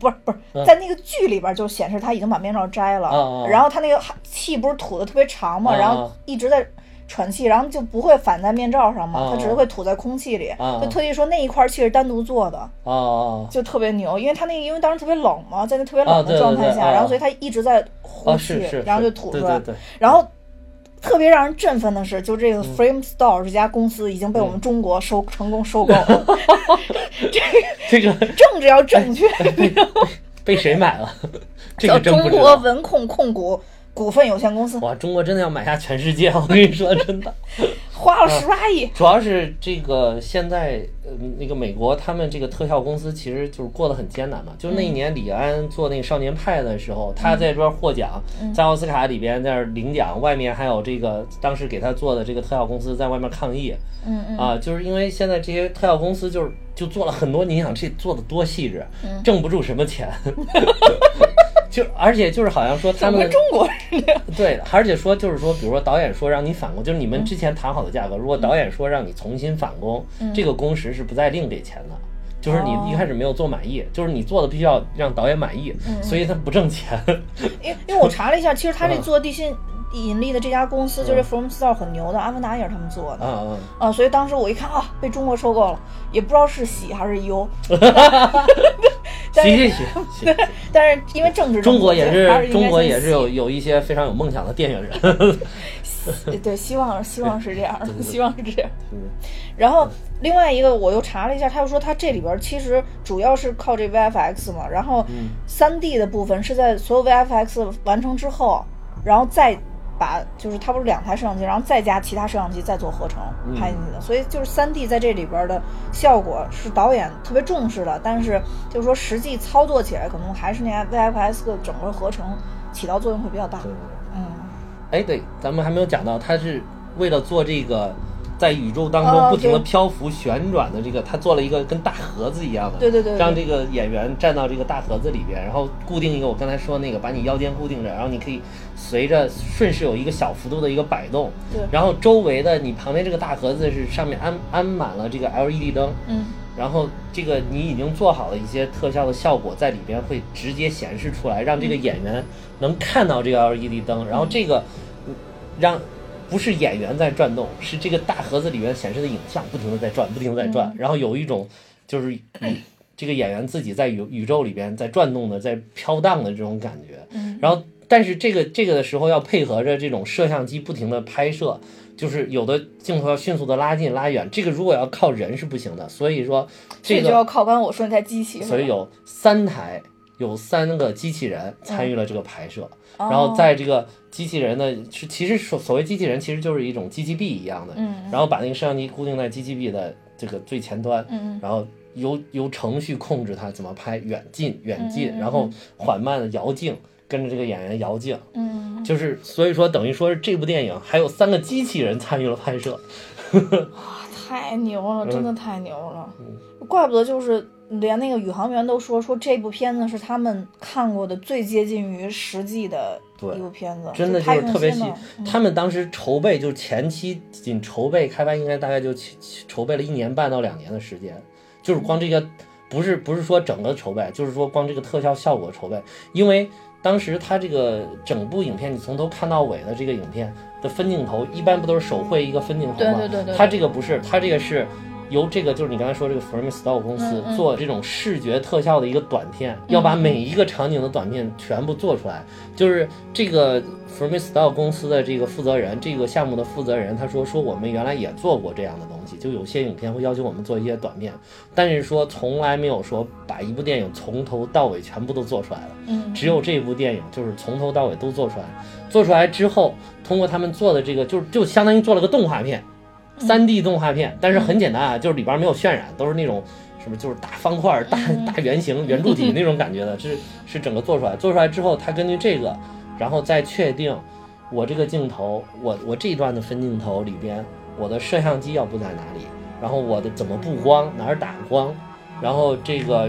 Speaker 1: 不是不是、
Speaker 2: 嗯
Speaker 1: 在那个剧里边就显示他已经把面罩摘了，
Speaker 2: 啊啊
Speaker 1: 然后他那个哈气不是吐的特别长嘛，
Speaker 2: 啊啊
Speaker 1: 然后一直在。喘气，然后就不会反在面罩上嘛，
Speaker 2: 啊啊
Speaker 1: 它只是会吐在空气里。
Speaker 2: 啊啊
Speaker 1: 就特地说那一块气是单独做的，
Speaker 2: 哦
Speaker 1: 就特别牛，因为他那个因为当时特别冷嘛，在那特别
Speaker 2: 啊
Speaker 1: 冷
Speaker 2: 对
Speaker 1: 的
Speaker 2: 对
Speaker 1: 状态
Speaker 2: 对
Speaker 1: 下，
Speaker 2: 啊
Speaker 1: 然后所以他一直在
Speaker 2: 哦
Speaker 1: 呼
Speaker 2: 哦，
Speaker 1: 气，
Speaker 2: 是是，
Speaker 1: 然后就是吐出
Speaker 2: 对
Speaker 1: 来
Speaker 2: 对。对，嗯
Speaker 1: 然后特别让人振奋的是，就这个 Frame Store 这家公司已经被我们中国收、成功收购了，
Speaker 2: 这个
Speaker 1: 政治要正确。
Speaker 2: 被谁买了？哎 这
Speaker 1: 叫
Speaker 2: 个真
Speaker 1: 中
Speaker 2: 不知
Speaker 1: 国
Speaker 2: 道。
Speaker 1: 文控控股股份有限公司，
Speaker 2: 哇，中国真的要买下全世界，我跟你说，真的。
Speaker 1: 花了十八亿。
Speaker 2: 主要是这个现在，呃，那个美国他们这个特效公司其实就是过得很艰难嘛。就是那
Speaker 1: 嗯
Speaker 2: 一年李安做那个《少年派》的时候，他在这边获奖，
Speaker 1: 嗯
Speaker 2: 在奥斯卡里边在那儿领奖，外面还有这个当时给他做的这个特效公司在外面抗议。
Speaker 1: 嗯嗯
Speaker 2: 啊，就是因为现在这些特效公司就是就做了很多，你想这做的多细致，
Speaker 1: 嗯
Speaker 2: 挣不住什么钱。 就而且就是好像说他
Speaker 1: 怎么
Speaker 2: 们
Speaker 1: 跟中国人这样？
Speaker 2: 对，而且说就是说，比如说导演说让你返工，就是你们
Speaker 1: 嗯
Speaker 2: 之前谈好的价格，如果导演说让你重新返工，
Speaker 1: 嗯
Speaker 2: 这个工时是不再另给钱的。就是你
Speaker 1: 哦
Speaker 2: 一开始没有做满意，就是你做的必须要让导演满意，
Speaker 1: 嗯
Speaker 2: 所以他不挣钱。
Speaker 1: 因为因为我查了一下，其实他这
Speaker 2: 嗯
Speaker 1: 做地心引力的这家公司，就是 Frame Store 很牛的，阿凡达也是他们做的。
Speaker 2: 啊啊！
Speaker 1: 啊，所以当时我一看啊，被中国收购了，也不知道是喜还是忧，但
Speaker 2: 洗
Speaker 1: 是
Speaker 2: 洗 洗洗，
Speaker 1: 但是因为政治
Speaker 2: 中国也
Speaker 1: 还是
Speaker 2: 是
Speaker 1: 应该
Speaker 2: 中国
Speaker 1: 先
Speaker 2: 也是
Speaker 1: 喜
Speaker 2: 有有一些非常有梦想的电影 人。
Speaker 1: 对 对，希望希望是这样的，
Speaker 2: 对对对
Speaker 1: 希望是这样。
Speaker 2: 嗯
Speaker 1: 然后另外一个我又查了一下，他又说他这里边其实主要是靠这 VFX 嘛，然后
Speaker 2: 嗯
Speaker 1: 三 D 的部分是在所有 VFX 完成之后，然后再把就是它不是两台摄像机，然后再加其他摄像机再做合成
Speaker 2: 嗯
Speaker 1: 拍进去的，所以就是三 D 在这里边的效果是导演特别重视的，但是就是说实际操作起来可能还是那台 VFX 的整个合成起到作用会比较大。
Speaker 2: 对
Speaker 1: 嗯，
Speaker 2: 哎，对，咱们还没有讲到，他是为了做这个，在宇宙当中
Speaker 1: 哦
Speaker 2: 不停的
Speaker 1: 对
Speaker 2: 漂浮旋转的这个，他做了一个跟大盒子一样的，
Speaker 1: 对对对对
Speaker 2: 让这个演员站到这个大盒子里边，然后固定一个我刚才说那个，把你腰间固定着，然后你可以随着顺势有一个小幅度的一个摆动，
Speaker 1: 对
Speaker 2: 然后周围的你旁边这个大盒子是上面安安满了这个 LED 灯，
Speaker 1: 嗯，
Speaker 2: 然后这个你已经做好了一些特效的效果在里边会直接显示出来，让
Speaker 1: 嗯
Speaker 2: 这个演员能看到这个 LED 灯，然后这个嗯让不是演员在转动，是这个大盒子里面显示的影像不停的在转，不停的在
Speaker 1: 嗯
Speaker 2: 转，然后有一种就是 宇这个演员自己在宇宇宙里边在转动的，在飘荡的这种感觉，
Speaker 1: 嗯
Speaker 2: 然后。但是这个这个的时候要配合着这种摄像机不停的拍摄，就是有的镜头要迅速的拉近拉远，这个如果要靠人是不行的。所以说
Speaker 1: 所
Speaker 2: 这
Speaker 1: 以就
Speaker 2: 个，
Speaker 1: 要靠刚我说那台机器，
Speaker 2: 所以有三台有三个机器人参
Speaker 1: 嗯
Speaker 2: 与了这个拍摄，
Speaker 1: 然
Speaker 2: 然后在这个机器人的是其实所所谓机器人其实就是一种机器臂一样的，
Speaker 1: 嗯
Speaker 2: 然后把那个摄像机固定在机器臂的这个最前端，
Speaker 1: 嗯
Speaker 2: 然后由由程序控制它怎么拍远近远近，
Speaker 1: 嗯嗯嗯
Speaker 2: 然后缓慢的摇镜，跟着这个演员摇镜。
Speaker 1: 嗯，
Speaker 2: 就是所以说，等于说是这部电影还有三个机器人参与了拍摄。
Speaker 1: 太牛了，真的太牛了，
Speaker 2: 嗯
Speaker 1: 怪不得就是连那个宇航员都说说这部片子是他们看过的最接近于实际的
Speaker 2: 对
Speaker 1: 一部片子，
Speaker 2: 真的
Speaker 1: 就太
Speaker 2: 就是
Speaker 1: 用
Speaker 2: 特别
Speaker 1: 心
Speaker 2: 细
Speaker 1: 了。嗯
Speaker 2: 他们当时筹备就是前期仅筹备开发，应该大概就起起筹备了一年半到两年的时间，就是光这个不是不是说整个筹备，就是说光这个特效效果筹备，因为当时它这个整部影片你从头看到尾的这个影片的分镜头，一般不都是手绘一个分镜头
Speaker 1: 对
Speaker 2: 吗？
Speaker 1: 对对对
Speaker 2: 它这个不是，它这个是。由这个就是你刚才说这个 Frame Style 公司
Speaker 1: 嗯嗯
Speaker 2: 做这种视觉特效的一个短片，要把每一个场景的短片全部做出来，就是这个 f o r m i s t y l e 公司的这个负责人，这个项目的负责人，他说说我们原来也做过这样的东西，就有些影片会要求我们做一些短片，但是说从来没有说把一部电影从头到尾全部都做出来了，
Speaker 1: 嗯
Speaker 2: 只有这部电影就是从头到尾都做出来，做出来之后，通过他们做的这个，就是就相当于做了个动画片，三 D 动画片，但是很简单啊，就是里边没有渲染，都是那种什么就是大方块、大大圆形、圆柱体那种感觉的，这是是整个做出来。做出来之后，他根据这个，然后再确定我这个镜头，我我这一段的分镜头里边，我的摄像机要布在哪里，然后我的怎么布光，哪儿打光，然后这个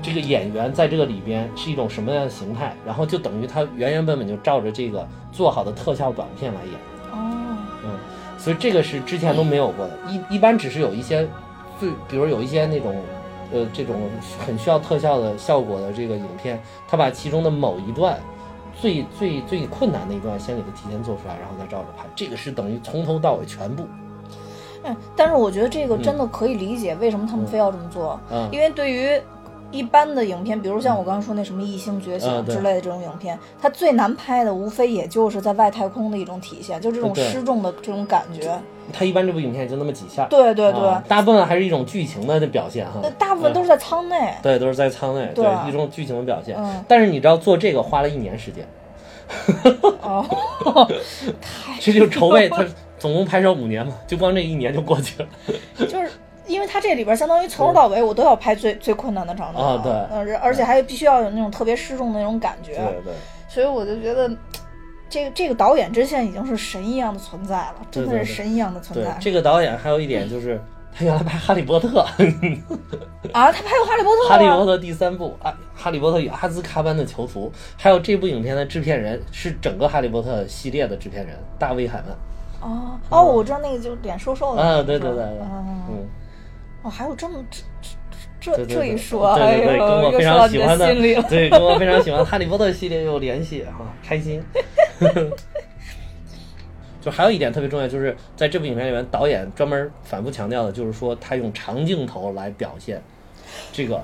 Speaker 2: 这个演员在这个里边是一种什么样的形态，然后就等于他原原本本就照着这个做好的特效短片来演。
Speaker 1: 哦，
Speaker 2: 嗯，所以这个是之前都没有过的，一一般只是有一些最，比如有一些那种，呃，这种很需要特效的效果的这个影片，他把其中的某一段最最最困难的一段先给它提前做出来，然后再照着拍，这个是等于从头到尾全部，
Speaker 1: 哎，但是我觉得这个真的可以理解为什么他们非要这么做，
Speaker 2: 嗯，
Speaker 1: 因为对于一般的影片，比如像我刚刚说那什么《异星觉醒
Speaker 2: 嗯》对
Speaker 1: 之类的这种影片，它最难拍的无非也就是在外太空的一种体现，就这种
Speaker 2: 对
Speaker 1: 失重的这种感觉。
Speaker 2: 他一般这部影片也就那么几下，
Speaker 1: 对对对，
Speaker 2: 啊大部分还是一种剧情的表现哈
Speaker 1: 那，大部分都是在舱内。
Speaker 2: 对，都是在舱内，
Speaker 1: 对
Speaker 2: 对，一种剧情的表现，
Speaker 1: 嗯
Speaker 2: 但是你知道做这个花了一 年时间，
Speaker 1: 哦，
Speaker 2: 这就筹备，他总共拍摄五年嘛，就光这一年就过去了。
Speaker 1: 就是因为它这里边相当于从头到尾我都要拍最最困难的场景
Speaker 2: 啊对
Speaker 1: 嗯，而而且还必须要有那种特别失重的那种感觉，
Speaker 2: 对对，
Speaker 1: 所以我就觉得。嗯这个这个导演之前已经是神一样的存在了，真的
Speaker 2: 对对
Speaker 1: 是
Speaker 2: 对
Speaker 1: 神一样的存
Speaker 2: 对
Speaker 1: 在，
Speaker 2: 这个导演还有一点就是，他原来拍《哈利波特》， 《
Speaker 1: 啊！他拍过《哈利波特》
Speaker 2: 哈利波
Speaker 1: 啊，
Speaker 2: 特》第三部《啊，《哈利波特与阿兹卡班的囚徒》，还有这部影片的制片人是整个《哈利波特》系列的制片人大卫·海曼。
Speaker 1: 哦哦，我知道那个就脸瘦瘦的那
Speaker 2: 嗯啊，
Speaker 1: 个
Speaker 2: 对
Speaker 1: 是吧，
Speaker 2: 对对对，
Speaker 1: 嗯，
Speaker 2: 嗯，
Speaker 1: 哦，还有这么这这
Speaker 2: 对
Speaker 1: 这
Speaker 2: 对
Speaker 1: 这
Speaker 2: 对
Speaker 1: 一说，
Speaker 2: 对对
Speaker 1: 哎
Speaker 2: 对，
Speaker 1: 呦，
Speaker 2: 跟我
Speaker 1: 又
Speaker 2: 非
Speaker 1: 说到
Speaker 2: 常
Speaker 1: 你
Speaker 2: 喜欢
Speaker 1: 的
Speaker 2: 的
Speaker 1: 心里了，，
Speaker 2: 对，跟我非常喜欢《哈利波特》系列有联系哈，开心。 就还有一点特别重要，就是在这部影片里面，导演专门反复强调的，就是说他用长镜头来表现这个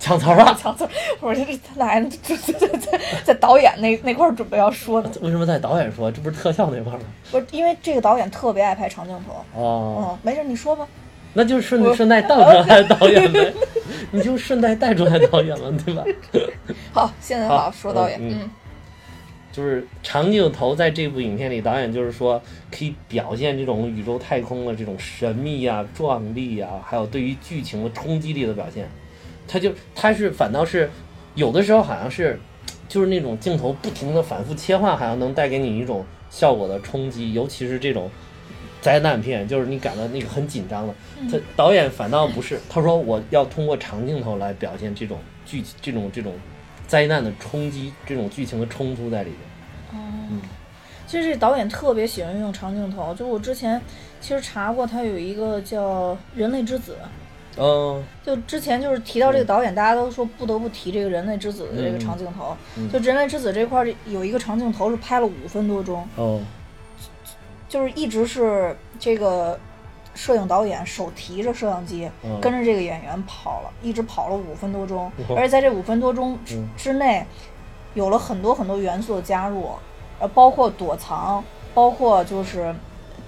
Speaker 2: 抢词儿啊，
Speaker 1: 强词，我说这他来了，这这这这在导演那那块儿准备要说的，
Speaker 2: 为什么在导演说？这不是特效那块儿吗？
Speaker 1: 不是因为这个导演特别爱拍长镜头。
Speaker 2: 哦，
Speaker 1: 嗯，没事，你说吧。
Speaker 2: 那就顺顺带倒出来导演呗，你就顺带带出来导演了，对吧？
Speaker 1: 好，现在好
Speaker 2: 好
Speaker 1: 说导演，
Speaker 2: 嗯
Speaker 1: 嗯
Speaker 2: 就是长镜头在这部影片里，导演就是说可以表现这种宇宙太空的这种神秘啊、壮丽啊，还有对于剧情的冲击力的表现。他就他是反倒是有的时候好像是就是那种镜头不停的反复切换，好像能带给你一种效果的冲击，尤其是这种灾难片，就是你感到那个很紧张的。
Speaker 1: 嗯
Speaker 2: 他导演反倒不是，他说我要通过长镜头来表现这种剧这种这种灾难的冲击，这种剧情的冲突在里面。
Speaker 1: 嗯
Speaker 2: 嗯
Speaker 1: 其实这导演特别喜欢用长镜头，就我之前其实查过，他有一个叫《人类之子》，
Speaker 2: 嗯，
Speaker 1: 就之前就是提到这个导演，大家都说不得不提这个《人类之子》的这个长镜头。就《人类之子》这块儿有一个长镜头是拍了五分多钟，
Speaker 2: 哦，
Speaker 1: 就是一直是这个摄影导演手提着摄像机，
Speaker 2: 嗯
Speaker 1: 跟着这个演员跑了，一直跑了五分多钟，
Speaker 2: 哇
Speaker 1: 而且在这五分多钟之
Speaker 2: 嗯
Speaker 1: 之内，有了很多很多元素的加入，呃，包括躲藏，包括就是。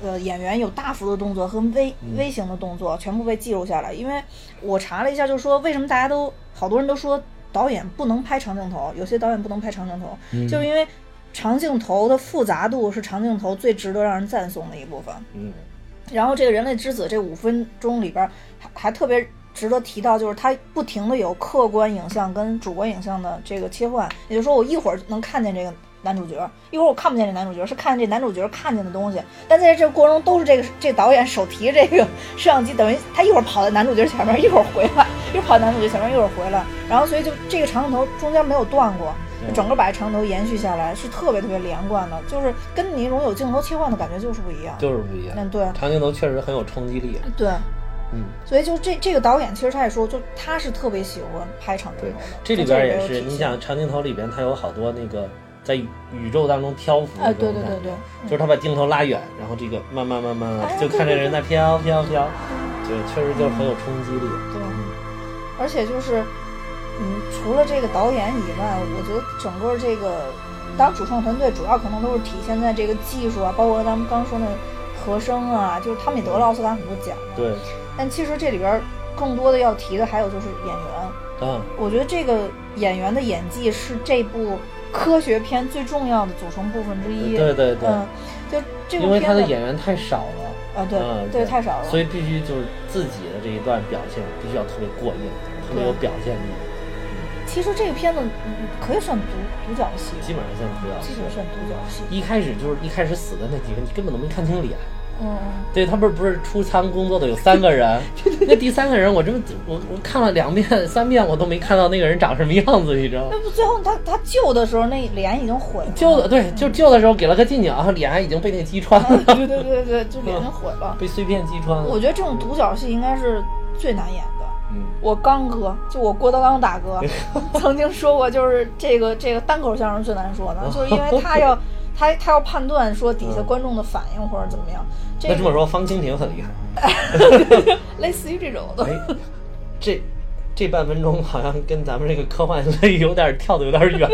Speaker 1: 呃，演员有大幅的动作和微微型的动作，全部被记录下来。因为我查了一下，就是说为什么大家都好多人都说导演不能拍长镜头，有些导演不能拍长镜头，就是因为长镜头的复杂度是长镜头最值得让人赞颂的一部分。
Speaker 2: 嗯
Speaker 1: 然后这个人类之子这五分钟里边儿还还特别值得提到，就是它不停的有客观影像跟主观影像的这个切换，也就是说我一会儿能看见这个男主角，一会儿我看不见这男主角，是看见这男主角看见的东西，但在这个过程中都是这个这导演手提这个摄像机，等于他一会儿跑在男主角前面，一会儿回来，一会儿跑在男主角前面，一会儿回来，然后所以就这个长镜头中间没有断过。就整个把这长镜头延续下来是特别特别连贯的，就是跟你那种有镜头切换的感觉就是不一样。
Speaker 2: 就是不一样。
Speaker 1: 嗯，对
Speaker 2: 长镜头确实很有冲击力。
Speaker 1: 对，
Speaker 2: 嗯，
Speaker 1: 所以就这这个导演，其实他也说，就他是特别喜欢拍场镜
Speaker 2: 对
Speaker 1: 头的，，
Speaker 2: 这里边儿
Speaker 1: 就
Speaker 2: 也
Speaker 1: 个
Speaker 2: 是，
Speaker 1: 体
Speaker 2: 你
Speaker 1: 现
Speaker 2: 想长镜头里边它有好多那个在宇宙当中漂浮
Speaker 1: 哎
Speaker 2: 的这种
Speaker 1: 对对
Speaker 2: 感
Speaker 1: 对
Speaker 2: 觉
Speaker 1: 对
Speaker 2: 就是他把镜头拉远，然后这个慢慢慢慢
Speaker 1: 哎
Speaker 2: 就
Speaker 1: 对
Speaker 2: 看这
Speaker 1: 对
Speaker 2: 人在飘飘飘，对，确实就是很有冲击力。
Speaker 1: 对，而且就是，嗯，除了这个导演以外，我觉得整个这个当然主创团队主要可能都是体现在这个技术啊，包括咱们刚说那和声啊，就是他们也得了奥斯卡很多奖，
Speaker 2: 对，
Speaker 1: 但其实这里边更多的要提的还有就是演员，
Speaker 2: 啊，
Speaker 1: 我觉得这个演员的演技是这部科学片最重要的组成部分之一。
Speaker 2: 对对对，
Speaker 1: 嗯，就这部
Speaker 2: 因为
Speaker 1: 片
Speaker 2: 他
Speaker 1: 子
Speaker 2: 的演员太少了。
Speaker 1: 啊，对
Speaker 2: 嗯
Speaker 1: 对，太少了。
Speaker 2: 所以必须就是自己的这一段表现必须要特别过硬，特别有表现力，
Speaker 1: 其实这个片子嗯可以算独独角戏，
Speaker 2: 基本上算不要
Speaker 1: 基本
Speaker 2: 是。
Speaker 1: 算独角戏。
Speaker 2: 一开始就是一开始死的那几个，你根本都没看清脸。
Speaker 1: 嗯，
Speaker 2: 对他们不是出舱工作的有三 个人，那第三个人我真我我看了两遍三遍我都没看到那个人长什么样子，你知道吗
Speaker 1: 那？不最后他他救的时候那脸已经毁了，
Speaker 2: 救的对，就救的时候给了个近景，然后脸还已经被那个击穿了，
Speaker 1: 对对对对，就脸已经毁了。
Speaker 2: 被碎片击穿了。
Speaker 1: 嗯我觉得这种独角戏应该是最难演的。
Speaker 2: 嗯，
Speaker 1: 我刚哥，就我郭德纲大 哥，曾经说过，就是这个这个单口相声最难说的，就是因为他 要他他要判断说底下观众的反应或者怎么样，这
Speaker 2: 嗯那这
Speaker 1: 个
Speaker 2: 么说方清平很厉害。
Speaker 1: 类似于这种的。
Speaker 2: 哎，这这半分钟好像跟咱们这个科幻类有点跳的有点 远，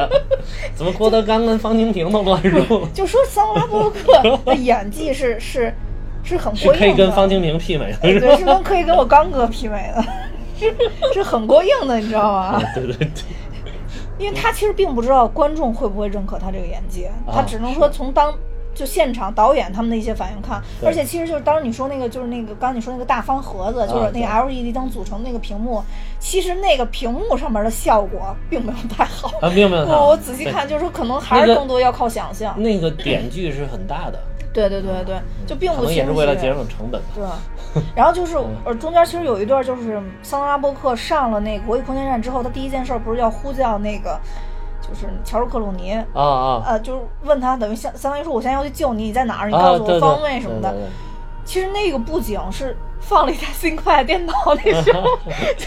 Speaker 2: 怎么郭德纲跟方清平都乱入？
Speaker 1: 就说桑拉布鲁克的演技是 是是很
Speaker 2: 是
Speaker 1: 过硬的，哎
Speaker 2: 可以跟方清平媲美的，是吧
Speaker 1: 对，是跟可以跟我刚哥媲美的， 是是很过硬的，你知道吗？
Speaker 2: 对对对，
Speaker 1: 因为他其实并不知道观众会不会认可他这个演技，
Speaker 2: 啊
Speaker 1: 他只能说从当。就现场导演他们的一些反应看，
Speaker 2: 对
Speaker 1: 而且其实就是当时你说那个，就是那个刚刚你说那个大方盒子，就是那
Speaker 2: 啊
Speaker 1: 个 LED 灯组成那个屏幕，其实那个屏幕上面的效果并没有太好。
Speaker 2: 啊，明白
Speaker 1: 我我仔细看，就是说可能还
Speaker 2: 那
Speaker 1: 是
Speaker 2: 个
Speaker 1: 更多要靠想象。
Speaker 2: 那个点距是很大的，
Speaker 1: 对对对对，嗯就并
Speaker 2: 可
Speaker 1: 不清
Speaker 2: 能
Speaker 1: 晰。
Speaker 2: 也是为了节嗯省成 本吧。
Speaker 1: 对，然后就是呃，中间其实有一段就是桑德拉伯克上了那个国际空间站之后，他第一件事儿不是要呼叫那个就是乔治克鲁尼，
Speaker 2: 啊啊
Speaker 1: 呃，就是问他等于相相当于说我现在要去救你，你在哪儿？你
Speaker 2: 啊！
Speaker 1: 告诉
Speaker 2: 对
Speaker 1: 我
Speaker 2: 对
Speaker 1: 方位什么的。
Speaker 2: 对对对
Speaker 1: 其实那个布景是放了一台新快电脑，那 时候 就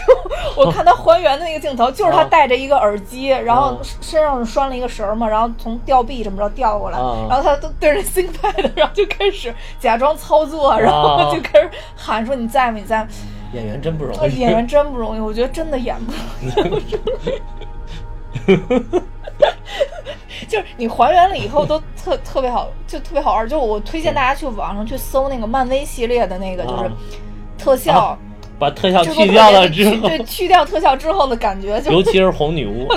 Speaker 1: 我看他还原的那个镜头，就是他
Speaker 2: 啊
Speaker 1: 戴着一个耳机，然后
Speaker 2: 啊
Speaker 1: 身上拴了一个绳嘛，然后从吊臂这么着吊过来，
Speaker 2: 啊
Speaker 1: 然后他都对着 ThinkPad，然后 就开始假装操
Speaker 2: 啊
Speaker 1: 作，然后就开始喊说你在吗？你在吗？
Speaker 2: 演员真不容
Speaker 1: 呃
Speaker 2: 易，
Speaker 1: 演员真不容易，我觉得真的演不容 易。就是你还原了以后都特特别好，就特别好玩。就是我推荐大家去网上去搜那个漫威系列的那个，就是
Speaker 2: 啊
Speaker 1: 特效，
Speaker 2: 把特效
Speaker 1: 制作
Speaker 2: 去掉
Speaker 1: 特
Speaker 2: 了
Speaker 1: 别
Speaker 2: 之 后，
Speaker 1: 对，去掉特效之后的感觉，就
Speaker 2: 尤其是红 女巫，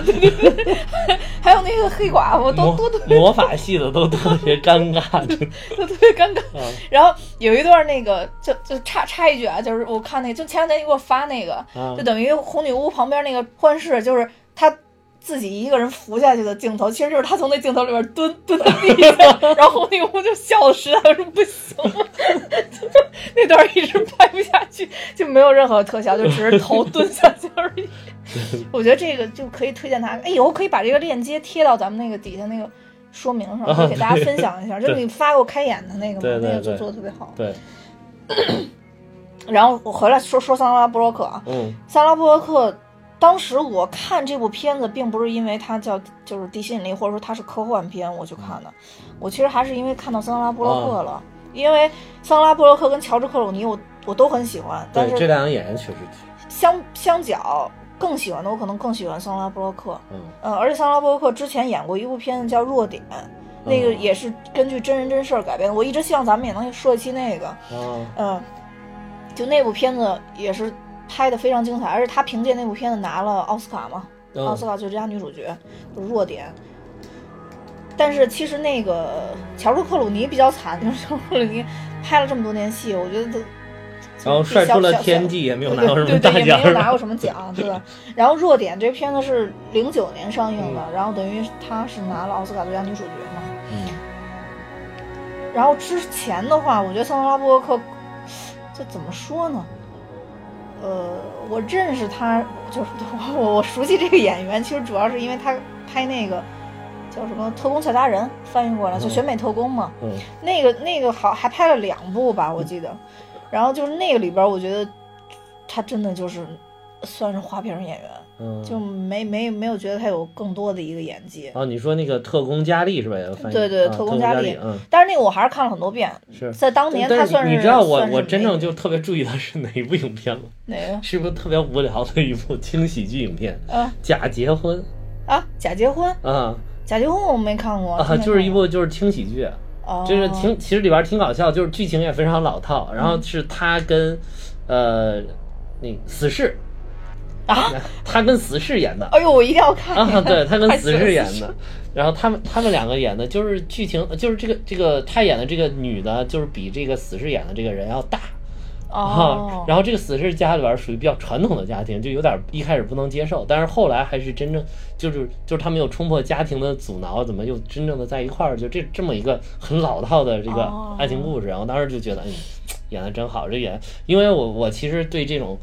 Speaker 1: 还有那个黑寡妇都
Speaker 2: 魔
Speaker 1: 都都
Speaker 2: 魔法系的都特别尴 尬，真的
Speaker 1: 都特别尴尬。
Speaker 2: 啊
Speaker 1: 然后有一段那个，就就插插一句啊，就是我看那个，就前两天你给我发那个，
Speaker 2: 啊
Speaker 1: 就等于红女巫旁边那个幻视，就是她自己一个人扶下去的镜头，其实就是他从那镜头里边蹲蹲到地 下，然后红女巫就笑的实在是不行了，就是那段一直拍不下去，就没有任何特效，就只是 头蹲下去而已。我觉得这个就可以推荐他，哎，以后可以把这个链接贴到咱们那个底下那个说明上，可以给大家分享一 下。就是你发给我开眼的那个
Speaker 2: 对
Speaker 1: 嘛，
Speaker 2: 啊对
Speaker 1: 那个就
Speaker 2: 对
Speaker 1: 做的特别好。
Speaker 2: 对，
Speaker 1: 然后我回来说说桑拉布洛克啊，
Speaker 2: 嗯
Speaker 1: 萨拉布洛克，当时我看这部片子，并不是因为它叫就是地心引力，或者说它是科幻片我去看的，
Speaker 2: 嗯
Speaker 1: 我其实还是因为看到桑拉布洛
Speaker 2: 哦
Speaker 1: 克了，因为桑拉布洛克跟乔治克鲁尼我我都很喜欢，但
Speaker 2: 对，这
Speaker 1: 是
Speaker 2: 两个演员确实挺，
Speaker 1: 相相较更喜欢的，我可能更喜欢桑拉布洛克。
Speaker 2: 嗯
Speaker 1: 嗯，而且桑拉布洛克之前演过一部片子叫《弱点》，那
Speaker 2: 嗯
Speaker 1: 个也是根据真人真事儿改编的。我一直希望咱们也能说一期那个，
Speaker 2: 啊，
Speaker 1: 嗯，就那部片子也是拍的非常精彩，而且她凭借那部片子拿了奥斯卡嘛，奥斯
Speaker 2: 嗯
Speaker 1: 卡最佳女主角，就是弱点。但是其实那个乔治克鲁尼比较惨，就是乔治克鲁尼拍了这么多年戏，我觉得他
Speaker 2: 然后帅出了天，际，也没
Speaker 1: 没
Speaker 2: 有拿到什么
Speaker 1: 对
Speaker 2: 大
Speaker 1: 对也
Speaker 2: 奖
Speaker 1: 没，有拿过什么 奖，对吧？然后弱点这片子是零九年上映的，然后等于她是拿了奥斯卡最佳女主角嘛。
Speaker 2: 嗯
Speaker 1: 然后之前的话，我觉得桑德拉布洛克，这怎么说呢？呃，我认识他，就是我 我我熟悉这个演员，其实主要是因为他拍那个叫什么《特工小达人》，翻译过来就
Speaker 2: 嗯
Speaker 1: 选美特工嘛。
Speaker 2: 嗯，
Speaker 1: 那个那个好还拍了两部吧，我记得。然后就是那个里边，我觉得他真的就是算是花瓶演员，
Speaker 2: 嗯
Speaker 1: 就没没没有觉得他有更多的一个演技。
Speaker 2: 哦，你说那个特工佳丽是吧？翻译
Speaker 1: 对对
Speaker 2: 啊
Speaker 1: 特
Speaker 2: 特
Speaker 1: 工佳
Speaker 2: 佳
Speaker 1: 丽
Speaker 2: 嗯，
Speaker 1: 但是那个我还是看了很多遍，
Speaker 2: 是。
Speaker 1: 在当年他
Speaker 2: 但是
Speaker 1: 算
Speaker 2: 你
Speaker 1: 是
Speaker 2: 你知道我
Speaker 1: 算是
Speaker 2: 我真正
Speaker 1: 没
Speaker 2: 就特别注意的是哪一部影片吗？
Speaker 1: 哪个？
Speaker 2: 是不是特别无聊的一部轻喜剧影片
Speaker 1: 嗯
Speaker 2: 《假结婚》
Speaker 1: 啊，假结婚，
Speaker 2: 啊
Speaker 1: 假结婚我没看过
Speaker 2: 啊，
Speaker 1: 真没
Speaker 2: 就是一
Speaker 1: 看过，
Speaker 2: 部就是轻喜剧，啊
Speaker 1: 哦、
Speaker 2: 就是挺其实里边挺搞笑，就是剧情也非常老套。
Speaker 1: 嗯
Speaker 2: 然后是他跟呃那死侍，
Speaker 1: 啊，
Speaker 2: 他跟死侍演的
Speaker 1: 哎呦，我一定要看
Speaker 2: 啊，对他跟死 侍演
Speaker 1: 还喜欢死
Speaker 2: 的。然后他们他们两个演的就是剧情，就是这个这个他演的这个女的，就是比这个死侍演的这个人要大。
Speaker 1: 哦
Speaker 2: 啊，，然后这个死侍家里边儿属于比较传统的家庭，就有点儿一开始不能接受，但是后来还是真正就是就是他们又冲破家庭的阻挠，怎么又真正的在一块儿，就这这么一个很老套的这个
Speaker 1: 哦
Speaker 2: 爱情故事。然后当时就觉得，哎，演的真好，这演，因为我我其实对这种，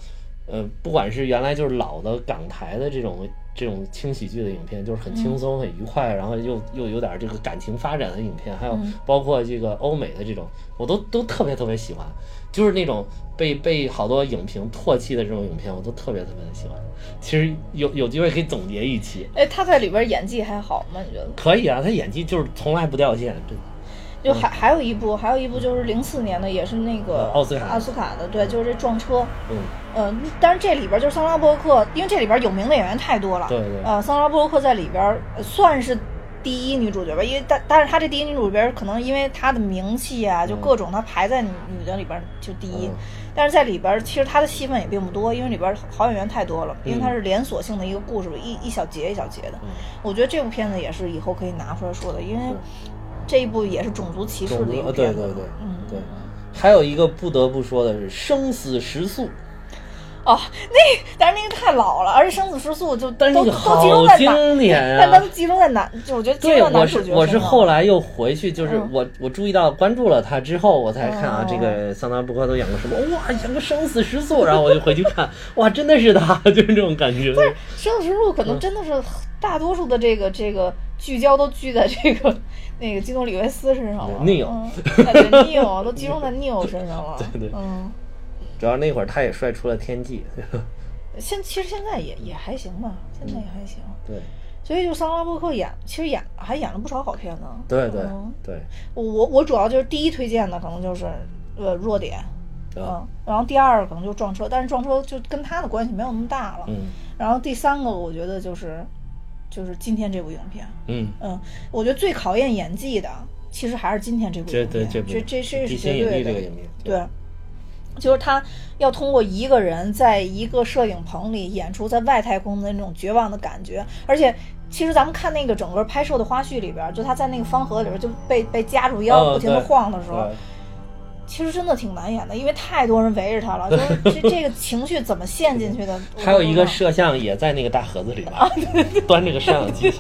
Speaker 2: 呃，不管是原来就是老的港台的这种。这种轻喜剧的影片就是很
Speaker 1: 嗯
Speaker 2: 轻松、很愉快，然后又又有点儿这个感情发展的影片，还有
Speaker 1: 嗯
Speaker 2: 包括这个欧美的这种，我都都特别特别喜欢。就是那种被被好多影评唾弃的这种影片，我都特别特别的喜欢。其实有有机会可以总结一期，
Speaker 1: 哎，他在里边演技还好吗？你觉得？
Speaker 2: 可以啊，他演技就是从来不掉线，真的。
Speaker 1: 就还还有一部，还有一部就是零四年的，也是那个
Speaker 2: 呃嗯奥斯卡
Speaker 1: 奥斯卡的，对，就是这撞车。
Speaker 2: 嗯，
Speaker 1: 呃，但是这里边就是桑拉布洛克，因为这里边有名的演员太多了。
Speaker 2: 对对
Speaker 1: 呃，桑拉布洛克在里边呃算是第一女主角吧，因为但但是她这第一女主角可能因为她的名气啊，就
Speaker 2: 嗯
Speaker 1: 各种她排在女的里边就第一，
Speaker 2: 嗯
Speaker 1: 但是在里边其实她的戏份也并不多，因为里边好演员太多了，因为
Speaker 2: 嗯
Speaker 1: 它是连锁性的一个故事，一一小节一小节的。
Speaker 2: 嗯
Speaker 1: 我觉得这部片子也是以后可以拿出来说的，因为这一部也是种族歧视
Speaker 2: 种
Speaker 1: 的一
Speaker 2: 族
Speaker 1: 个
Speaker 2: 啊，对
Speaker 1: 片
Speaker 2: 对
Speaker 1: 子。
Speaker 2: 对对
Speaker 1: 嗯，
Speaker 2: 对。还有一个不得不说的是《生死时速》，
Speaker 1: 哦，那但是那个太老了，而且生死时速就
Speaker 2: 但是
Speaker 1: 都
Speaker 2: 那个
Speaker 1: 都集中在男，
Speaker 2: 好经典
Speaker 1: 但都
Speaker 2: 啊！
Speaker 1: 集中在男，就我觉得集
Speaker 2: 对，
Speaker 1: 中在
Speaker 2: 我
Speaker 1: 男
Speaker 2: 是
Speaker 1: 主角
Speaker 2: 我是
Speaker 1: 身上
Speaker 2: 后来又回去，就是
Speaker 1: 嗯
Speaker 2: 我我注意到关注了他之后，我才看
Speaker 1: 哦，
Speaker 2: 啊这个桑达布克都演过什么？哇，演个《生死时速》，然后我就回去看，哇，真的 是他，就是这种感觉。
Speaker 1: 生死时速可
Speaker 2: 嗯
Speaker 1: 能真的是大多数的这个这个聚焦都聚在这个那个基努里维斯身上了。
Speaker 2: Neo
Speaker 1: 嗯，感觉 Neo 都集中在 Neo 身上了。
Speaker 2: 对对
Speaker 1: 嗯，
Speaker 2: 主要那会儿他也帅出了天际，
Speaker 1: 现其实现在也也还行吧，现在也还行。
Speaker 2: 对
Speaker 1: 所以就桑拉布克演，其实演还演了不少好片呢。
Speaker 2: 对对
Speaker 1: 嗯
Speaker 2: 对，
Speaker 1: 我我我主要就是第一推荐的可能就是呃弱点，
Speaker 2: 啊
Speaker 1: 嗯，然后第二可能就撞车，但是撞车就跟他的关系没有那么大了。
Speaker 2: 嗯
Speaker 1: 然后第三个我觉得就是就是今天这部影片，
Speaker 2: 嗯，
Speaker 1: 嗯，我觉得最考验演技的其实还是今天这部
Speaker 2: 这
Speaker 1: 影
Speaker 2: 对
Speaker 1: 片，
Speaker 2: 这
Speaker 1: 这这这是绝
Speaker 2: 地心引
Speaker 1: 对
Speaker 2: 力
Speaker 1: 的
Speaker 2: 这个影片，
Speaker 1: 对，就是他要通过一个人在一个摄影棚里演出在外太空的那种绝望的感觉，而且其实咱们看那个整个拍摄的花絮里边儿，就他在那个方盒里边儿就被被夹住腰
Speaker 2: 哦
Speaker 1: 不停的
Speaker 2: 对
Speaker 1: 晃的时候，
Speaker 2: 对
Speaker 1: 其实真的挺难演的，因为太多人围着他 了，就是这这个情绪怎么陷进去的？我啊都
Speaker 2: 还有一个
Speaker 1: 不知
Speaker 2: 摄像也在那个大盒子里边，端着个摄 像机，
Speaker 1: 道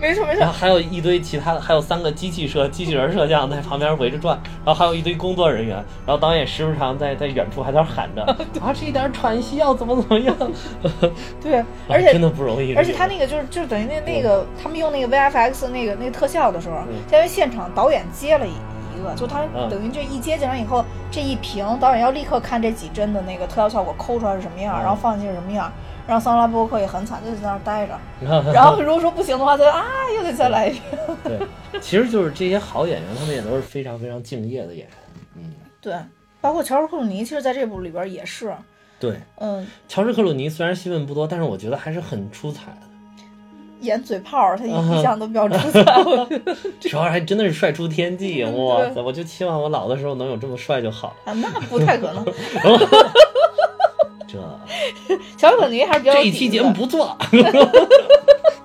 Speaker 1: 没错没
Speaker 2: 然
Speaker 1: 错
Speaker 2: 后，还有一堆其他的，还有三个机器摄机器人摄像在旁边围着转，然后还有一堆工作人员，然后导演时不常在在远处还在那 儿喊着啊，这一点喘息要怎么怎么样，哎
Speaker 1: 对， 而且
Speaker 2: 真的不容易，
Speaker 1: 而且他
Speaker 2: 这
Speaker 1: 那个就是就是等于那那个他们用那个 VFX 那个那个特效的时候，
Speaker 2: 嗯
Speaker 1: 相当于现场导演接了一一个，就他
Speaker 2: 嗯
Speaker 1: 等于这一接进来以后，这一屏导演要立刻看这几帧的那个特效效果抠出来是什么样，
Speaker 2: 嗯
Speaker 1: 然后放进去是什么样。然后桑拉波克也很惨，就在那儿待 着。
Speaker 2: 个
Speaker 1: 然后如果说不行的话，他就啊又得再来一遍。
Speaker 2: 对，其实就是这些好演员，他们也都是非常非常敬业的演员，嗯，
Speaker 1: 对，包括乔治克鲁尼，其实在这部里边也是，
Speaker 2: 对，
Speaker 1: 嗯，
Speaker 2: 乔治克鲁尼虽然戏份不多，但是我觉得还是很出彩 的。
Speaker 1: 演嘴炮儿，他 一向都比较出彩。 我觉得
Speaker 2: 主要还真的是帅出天际，哇塞！
Speaker 1: 对
Speaker 2: 我就期望我老的时候能有这么帅就好
Speaker 1: 啊，
Speaker 2: 了。
Speaker 1: 那不太可能。
Speaker 2: 这
Speaker 1: 乔治克鲁尼还是比较有
Speaker 2: 这一期
Speaker 1: 底
Speaker 2: 节
Speaker 1: 子
Speaker 2: 目不做 了，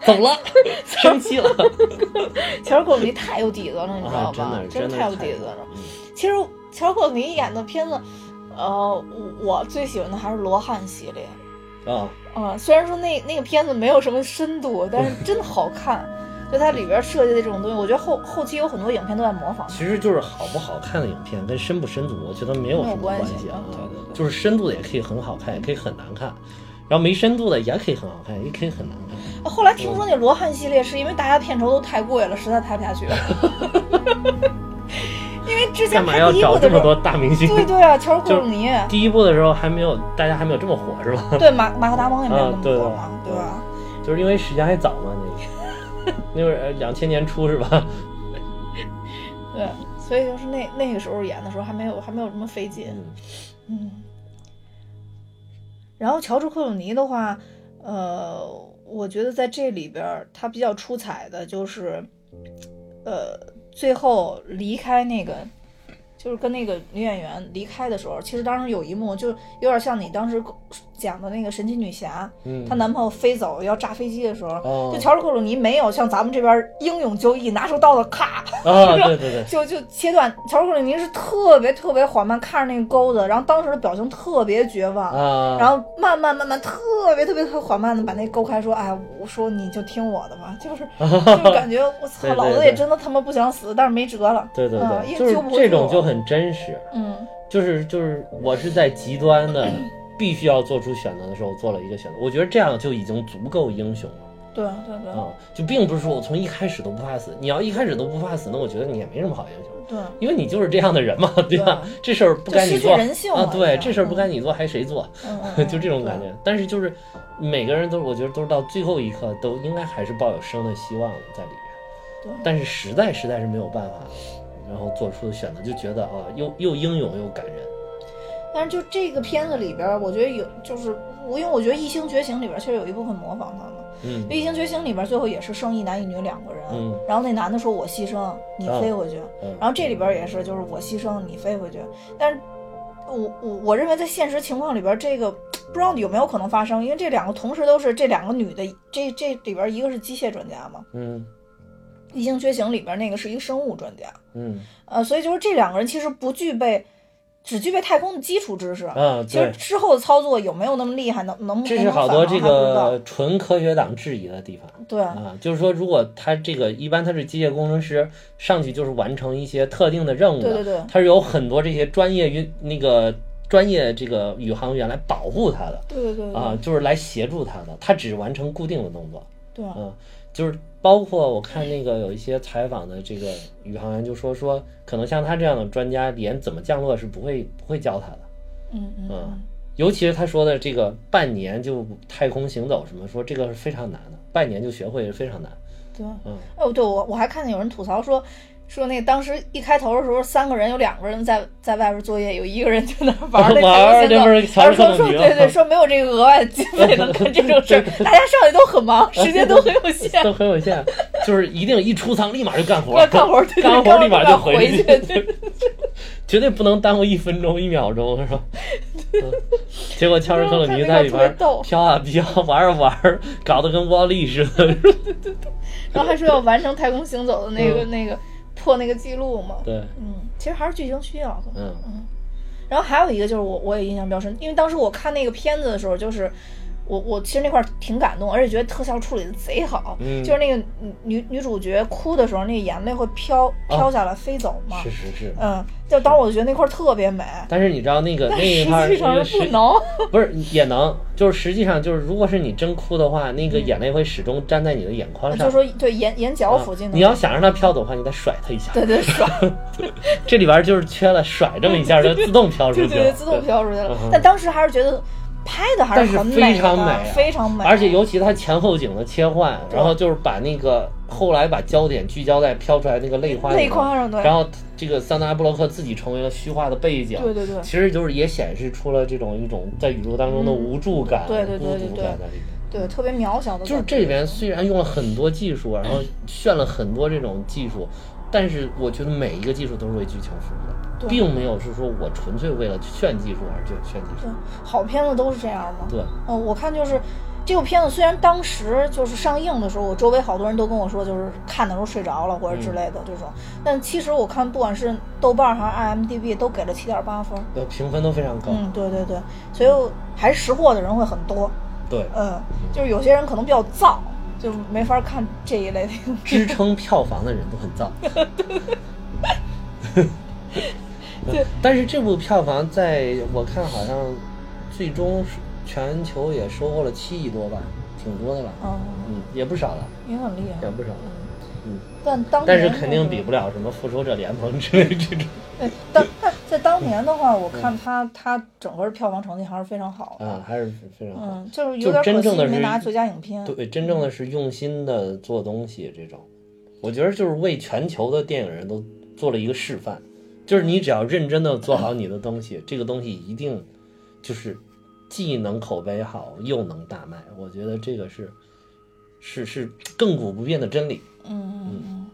Speaker 2: 走 了，生气了
Speaker 1: 乔治克鲁尼太有底子了，你知道
Speaker 2: 啊！真
Speaker 1: 吧？
Speaker 2: 的，
Speaker 1: 真
Speaker 2: 的
Speaker 1: 太有
Speaker 2: 太
Speaker 1: 底子
Speaker 2: 多
Speaker 1: 了。
Speaker 2: 了。
Speaker 1: 其实乔治克鲁尼演的片子，呃，我我最喜欢的还是罗汉系列。
Speaker 2: 嗯啊，
Speaker 1: 啊、虽然说那那个片子没有什么深度，但是真的好看。 就它里边设计的这种东西，我觉得后后期有很多影片都在模仿它。
Speaker 2: 其实就是好不好看的影片跟深不深度，我觉得没有
Speaker 1: 没
Speaker 2: 什
Speaker 1: 有
Speaker 2: 么
Speaker 1: 关系
Speaker 2: 系啊
Speaker 1: 对对。对
Speaker 2: 就是深度的也可以很好看，也可以很难看，然后没深度的也可以很好看，也可以很难看。
Speaker 1: 啊后来听说那罗汉系列是因为大家片酬都太贵了，实在拍不下去 了。因为之前
Speaker 2: 干嘛
Speaker 1: 拍
Speaker 2: 要
Speaker 1: 第一部
Speaker 2: 找
Speaker 1: 的
Speaker 2: 这
Speaker 1: 时
Speaker 2: 么多
Speaker 1: 候，
Speaker 2: 大明星？
Speaker 1: 对对啊，乔治克
Speaker 2: 就
Speaker 1: 鲁尼，
Speaker 2: 第一部的时候还没有，大家还没有这么火是吧？
Speaker 1: 对马马克达蒙也没有那么
Speaker 2: 啊对
Speaker 1: 多
Speaker 2: 的
Speaker 1: 嘛，对吧？
Speaker 2: 就是因为时间还早嘛，那个 那会儿呃两千年初是吧？
Speaker 1: 对，所以就是那那个时候演的时候还没有还没有这么费劲，
Speaker 2: 嗯，
Speaker 1: 嗯。然后乔治克鲁尼的话，呃，我觉得在这里边儿他比较出彩的就是，呃，最后离开那个，就是跟那个女演员离开的时候，其实当时有一幕就有点像你当时讲的那个神奇女侠，
Speaker 2: 嗯
Speaker 1: 她男朋友飞走要炸飞机的时候，
Speaker 2: 哦
Speaker 1: 就乔治克鲁尼没有像咱们这边儿英勇就义，拿出刀子咔。
Speaker 2: 啊，对对对，
Speaker 1: 就就切断。乔治克鲁尼是特别特别缓慢看着那个钩子，然后当时的表情特别绝望，
Speaker 2: 啊，
Speaker 1: 然后慢慢慢慢特别特别特别缓慢的把那钩开，说：“哎，我说你就听我的吧。”就是 就感觉我操
Speaker 2: 对，对
Speaker 1: 老子
Speaker 2: 对
Speaker 1: 也真的他妈不想死，但是没辙了。
Speaker 2: 对对
Speaker 1: 啊
Speaker 2: 对，
Speaker 1: 也
Speaker 2: 就
Speaker 1: 揪
Speaker 2: 是
Speaker 1: 不
Speaker 2: 这
Speaker 1: 住
Speaker 2: 种就很真实，
Speaker 1: 嗯
Speaker 2: 就是就是我是在极端的必须要做出选择的时候做了一个选择，我觉得这样就已经足够英雄了。
Speaker 1: 对对对
Speaker 2: 啊、就并不是说我从一开始都不怕死。你要一开始都不怕死，那我觉得你也没什么好英雄，
Speaker 1: 对。嗯
Speaker 2: 因为你就是这样的人嘛，对吧？
Speaker 1: 对
Speaker 2: 这事儿不该
Speaker 1: 就
Speaker 2: 你
Speaker 1: 失去
Speaker 2: 做
Speaker 1: 人性
Speaker 2: 啊，
Speaker 1: 了
Speaker 2: 对，
Speaker 1: 这
Speaker 2: 这事儿
Speaker 1: 样
Speaker 2: 不该你做，还谁做？
Speaker 1: 嗯 嗯嗯
Speaker 2: 就这种感觉。但是就是每个人都，我觉得都是到最后一刻都应该还是抱有生的希望的在里
Speaker 1: 对
Speaker 2: 面，但是实在实在是没有办法，然后做出的选择就觉得啊，又又英勇又感人。
Speaker 1: 但是就这个片子里边儿，我觉得有就是我，因为我觉得《异星觉醒》里边儿确实有一部分模仿他们，
Speaker 2: 嗯
Speaker 1: 《异星觉醒》里边最后也是剩一男一女两个人，
Speaker 2: 嗯
Speaker 1: 然后那男的说我牺牲，你飞回去，
Speaker 2: 嗯
Speaker 1: 然后这里边也是就是我牺牲，你飞回去，但是我我我认为在现实情况里边这个不知道有没有可能发生，因为这两个同时都是这两个女的，这这里边一个是机械专家嘛，
Speaker 2: 嗯
Speaker 1: 《异星觉醒》里边那个是一个生物专家，
Speaker 2: 嗯
Speaker 1: 呃，所以就是这两个人其实不具备。只具备太空的基础知识，
Speaker 2: 啊，
Speaker 1: 其实
Speaker 2: 对，
Speaker 1: 之后的操作有没有那么厉害，能能不能
Speaker 2: 这是好
Speaker 1: 反
Speaker 2: 多
Speaker 1: 抗
Speaker 2: 这
Speaker 1: 还不知道
Speaker 2: 个纯科学党质疑的地方。
Speaker 1: 对，
Speaker 2: 啊，就是说，如果他这个一般他是机械工程师，上去就是完成一些特定的任务的，
Speaker 1: 对对对
Speaker 2: 他是有很多这些专业运那个专业这个宇航员来保护他的
Speaker 1: 对对对对
Speaker 2: 啊，就是来协助他的，他只完成固定的动作，
Speaker 1: 对啊，
Speaker 2: 嗯，就是包括我看那个有一些采访的这个宇航员就说说，可能像他这样的专家连怎么降落是不会不会教他的，
Speaker 1: 嗯嗯嗯
Speaker 2: 嗯。尤其是他说的这个半年就太空行走什么，说这个是非常难的，半年就学会是非常难。
Speaker 1: 对，
Speaker 2: 嗯
Speaker 1: 哦，对我我还看见有人吐槽说，说那当时一开头的时候，三个人有两个人在在外边作业，有一个人在那玩 儿那
Speaker 2: 玩儿
Speaker 1: 自由行
Speaker 2: 这不是
Speaker 1: 走然
Speaker 2: 全是啊
Speaker 1: 后说说
Speaker 2: 各种理由
Speaker 1: 对对，说没有这个额外的经费能干这种事
Speaker 2: ，
Speaker 1: 儿，大家上去都很忙，时间都很有限
Speaker 2: 都很有限，就是一定一出舱立马就干活
Speaker 1: 要，干活儿对对
Speaker 2: 干活
Speaker 1: 干
Speaker 2: 立马就
Speaker 1: 回
Speaker 2: 去，
Speaker 1: 对
Speaker 2: 绝对不能耽误一分钟一秒钟， 是吧？嗯结果乔治克鲁尼在里
Speaker 1: 我看那个特别
Speaker 2: 边
Speaker 1: 逗
Speaker 2: 飘啊飘，玩儿啊玩儿，搞得跟沃利似的，
Speaker 1: 然后还说要完成太空行走的那个
Speaker 2: 嗯
Speaker 1: 那个。破那个记录嘛。
Speaker 2: 对，
Speaker 1: 嗯，其实还是剧情需要。可能
Speaker 2: 嗯
Speaker 1: 嗯。然后还有一个就是我我也印象比较深，因为当时我看那个片子的时候，就是我我其实那块儿挺感动，而且觉得特效处理的贼好。
Speaker 2: 嗯
Speaker 1: 就是那个女女女主角哭的时候，那个眼泪会飘飘下来飞走嘛。
Speaker 2: 是是是。
Speaker 1: 嗯，就当时我觉得那块儿特别美，
Speaker 2: 但是你知道那 个那一块
Speaker 1: 但
Speaker 2: 儿
Speaker 1: 实际上
Speaker 2: 那个
Speaker 1: 是不能。
Speaker 2: 不是也能，就是实际上就是，如果是你真哭的话，那个眼泪会始终粘在你的眼眶上。
Speaker 1: 啊就说对眼眼角
Speaker 2: 啊
Speaker 1: 附近的、
Speaker 2: 你要想让它飘走的话，你得甩它一下。
Speaker 1: 对对爽，
Speaker 2: 这里边儿就是缺了甩这么一 下，就自动飘出
Speaker 1: 对
Speaker 2: 去
Speaker 1: 对
Speaker 2: 了
Speaker 1: 对，。自动飘出去了
Speaker 2: 嗯哼。
Speaker 1: 但当时还是觉得拍的还
Speaker 2: 但
Speaker 1: 很美的，
Speaker 2: 非常美啊，
Speaker 1: 非常美，
Speaker 2: 而且尤其它前后景的切换，
Speaker 1: 对
Speaker 2: 然后就是把那个后来把焦点聚焦在飘出来那个泪花里面
Speaker 1: 泪花上对
Speaker 2: 然后这个桑德拉布洛克自己成为了虚化的背景，
Speaker 1: 对对对
Speaker 2: 其实就是也显示出了这种一种在宇宙当中的无助感、
Speaker 1: 对对对对
Speaker 2: 孤独
Speaker 1: 对
Speaker 2: 感在里面。
Speaker 1: 对特别渺小的感觉，
Speaker 2: 就是这里面虽然用了很多技术，啊然后炫了很多这种技术，但是我觉得每一个技术都是为剧情服务的，
Speaker 1: 对
Speaker 2: 并没有是说我纯粹为了炫技术而去炫技术
Speaker 1: 对。好片子都是这样吗？
Speaker 2: 对，
Speaker 1: 嗯，我看就是这部片子，虽然当时就是上映的时候，我周围好多人都跟我说，就是看的时候睡着了或者
Speaker 2: 嗯
Speaker 1: 之类的这种，但其实我看不管是豆瓣儿还是 IMDB 都给了七点八分。
Speaker 2: 呃，评分都非常高。
Speaker 1: 嗯，对对对，所以还是识货的人会很多。
Speaker 2: 对，
Speaker 1: 嗯，就是有些人可能比较燥，就没法看这一类的。
Speaker 2: 支撑票房的人都很燥。对， 但是这部票房在我看好像最终是全球也收获了七亿多吧，挺多的了，
Speaker 1: 嗯，
Speaker 2: 嗯，也不少了，
Speaker 1: 也很厉害
Speaker 2: 也。不少了，嗯，
Speaker 1: 但当年
Speaker 2: 但是肯定
Speaker 1: 就是
Speaker 2: 比不嗯了什么《复仇者联盟》之类这种。
Speaker 1: 对，当但在当年的话，我
Speaker 2: 嗯
Speaker 1: 看他他整个票房成绩还是非常好的。
Speaker 2: 啊，还是非常好。
Speaker 1: 嗯，就是
Speaker 2: 就
Speaker 1: 有点
Speaker 2: 真
Speaker 1: 可
Speaker 2: 正的
Speaker 1: 惜
Speaker 2: 是
Speaker 1: 没拿最佳影片。
Speaker 2: 对，真正的是用心的做东西，这种，我觉得就是为全球的电影人都做了一个示范，就是你只要认真的做好你的东西，这个东西一定就是既能口碑好，又能大卖。我觉得这个是是是亘古不变的真理。
Speaker 1: 嗯嗯嗯。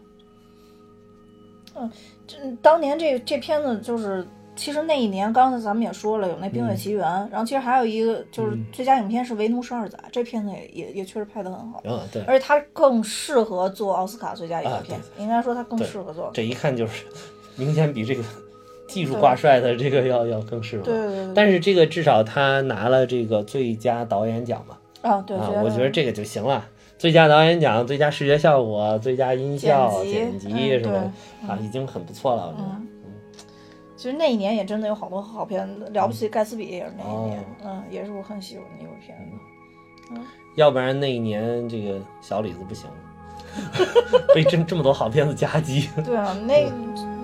Speaker 1: 嗯，这当年这这片子就是，其实那一年刚才咱们也说了有那《冰
Speaker 2: 嗯
Speaker 1: 雪奇缘》然后其实还有一个就是最佳影片是《维奴十二载》，这片子也也也确实拍得很好。
Speaker 2: 啊，对，
Speaker 1: 而且它更适合做奥斯卡最佳
Speaker 2: 啊
Speaker 1: 影片，应该说它更适合做。
Speaker 2: 这一看就是明显比这个技术挂帅的这个要要更适合。
Speaker 1: 对对对对，
Speaker 2: 但是这个至少他拿了这个最佳导演奖嘛，
Speaker 1: 啊，对，
Speaker 2: 啊
Speaker 1: 觉，得
Speaker 2: 我觉得这个就行了。最佳导演奖、最佳视觉效果、最佳音效、
Speaker 1: 剪
Speaker 2: 剪辑
Speaker 1: 辑嗯
Speaker 2: 什么啊，已经很不错了，我觉得。
Speaker 1: 其实那一年也真的有好多好片子，《了不起盖茨比》也是那一年
Speaker 2: 嗯哦，嗯
Speaker 1: 嗯，也是我很喜欢的一部片子。
Speaker 2: 要不然那一年这个小李子不行了， 被这这么多好片子夹击。
Speaker 1: 对啊，那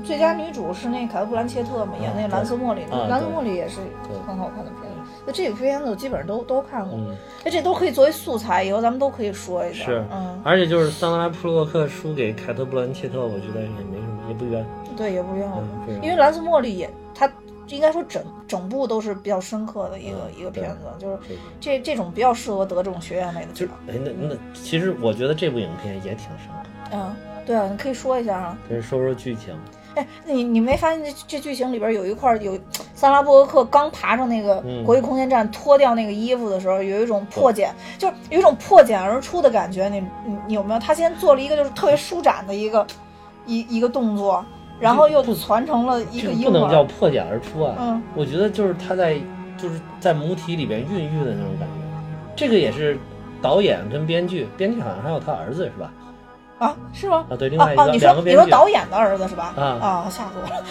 Speaker 1: 最佳女主是那凯特·布兰切特嘛，演那
Speaker 2: 啊
Speaker 1: 《蓝色茉莉》，
Speaker 2: 对啊
Speaker 1: 《蓝色茉莉》也是
Speaker 2: 对
Speaker 1: 很好看的片子。那这几部片子我基本上都都看过
Speaker 2: 嗯，
Speaker 1: 哎，这都可以作为素材，以后咱们都可以说一下。
Speaker 2: 是
Speaker 1: 嗯，
Speaker 2: 而且就是桑德拉·普洛克输给凯特·布兰切特，我觉得也没什么，也不冤。
Speaker 1: 对，也不一样
Speaker 2: 嗯对啊，
Speaker 1: 因为《蓝色茉莉》也它应该说整整部都是比较深刻的一个
Speaker 2: 嗯
Speaker 1: 一个
Speaker 2: 对
Speaker 1: 片子，就是
Speaker 2: 是的
Speaker 1: 这这种比较适合得这种学院类的
Speaker 2: 就
Speaker 1: 奖
Speaker 2: 是。哎，那那其实我觉得这部影片也挺深刻，
Speaker 1: 嗯，对啊，你可以说一下啊。
Speaker 2: 就是说说剧情。
Speaker 1: 哎，你你没发现这这剧情里边有一块儿有萨拉伯克刚爬上那个
Speaker 2: 嗯
Speaker 1: 国际空间站，脱掉那个衣服的时候，有一种破茧，
Speaker 2: 嗯
Speaker 1: 就是有一种破茧而出的感觉。你你你有没有？他先做了一个就是特别舒展的一个一一个动作，然后又传成了一
Speaker 2: 这
Speaker 1: 个
Speaker 2: 个
Speaker 1: 婴
Speaker 2: 不能
Speaker 1: 儿
Speaker 2: 叫破茧而出啊。
Speaker 1: 嗯
Speaker 2: 我觉得就是他在就是在母体里边孕育的那种感觉，这个也是导演跟编剧，编剧好像还有他儿子是吧？
Speaker 1: 啊，是吗？
Speaker 2: 啊，对，另
Speaker 1: 啊
Speaker 2: 外一个、
Speaker 1: 哦，你说
Speaker 2: 两个
Speaker 1: 你
Speaker 2: 编
Speaker 1: 说
Speaker 2: 剧，
Speaker 1: 导演的儿子是吧？
Speaker 2: 啊
Speaker 1: 吓死我了！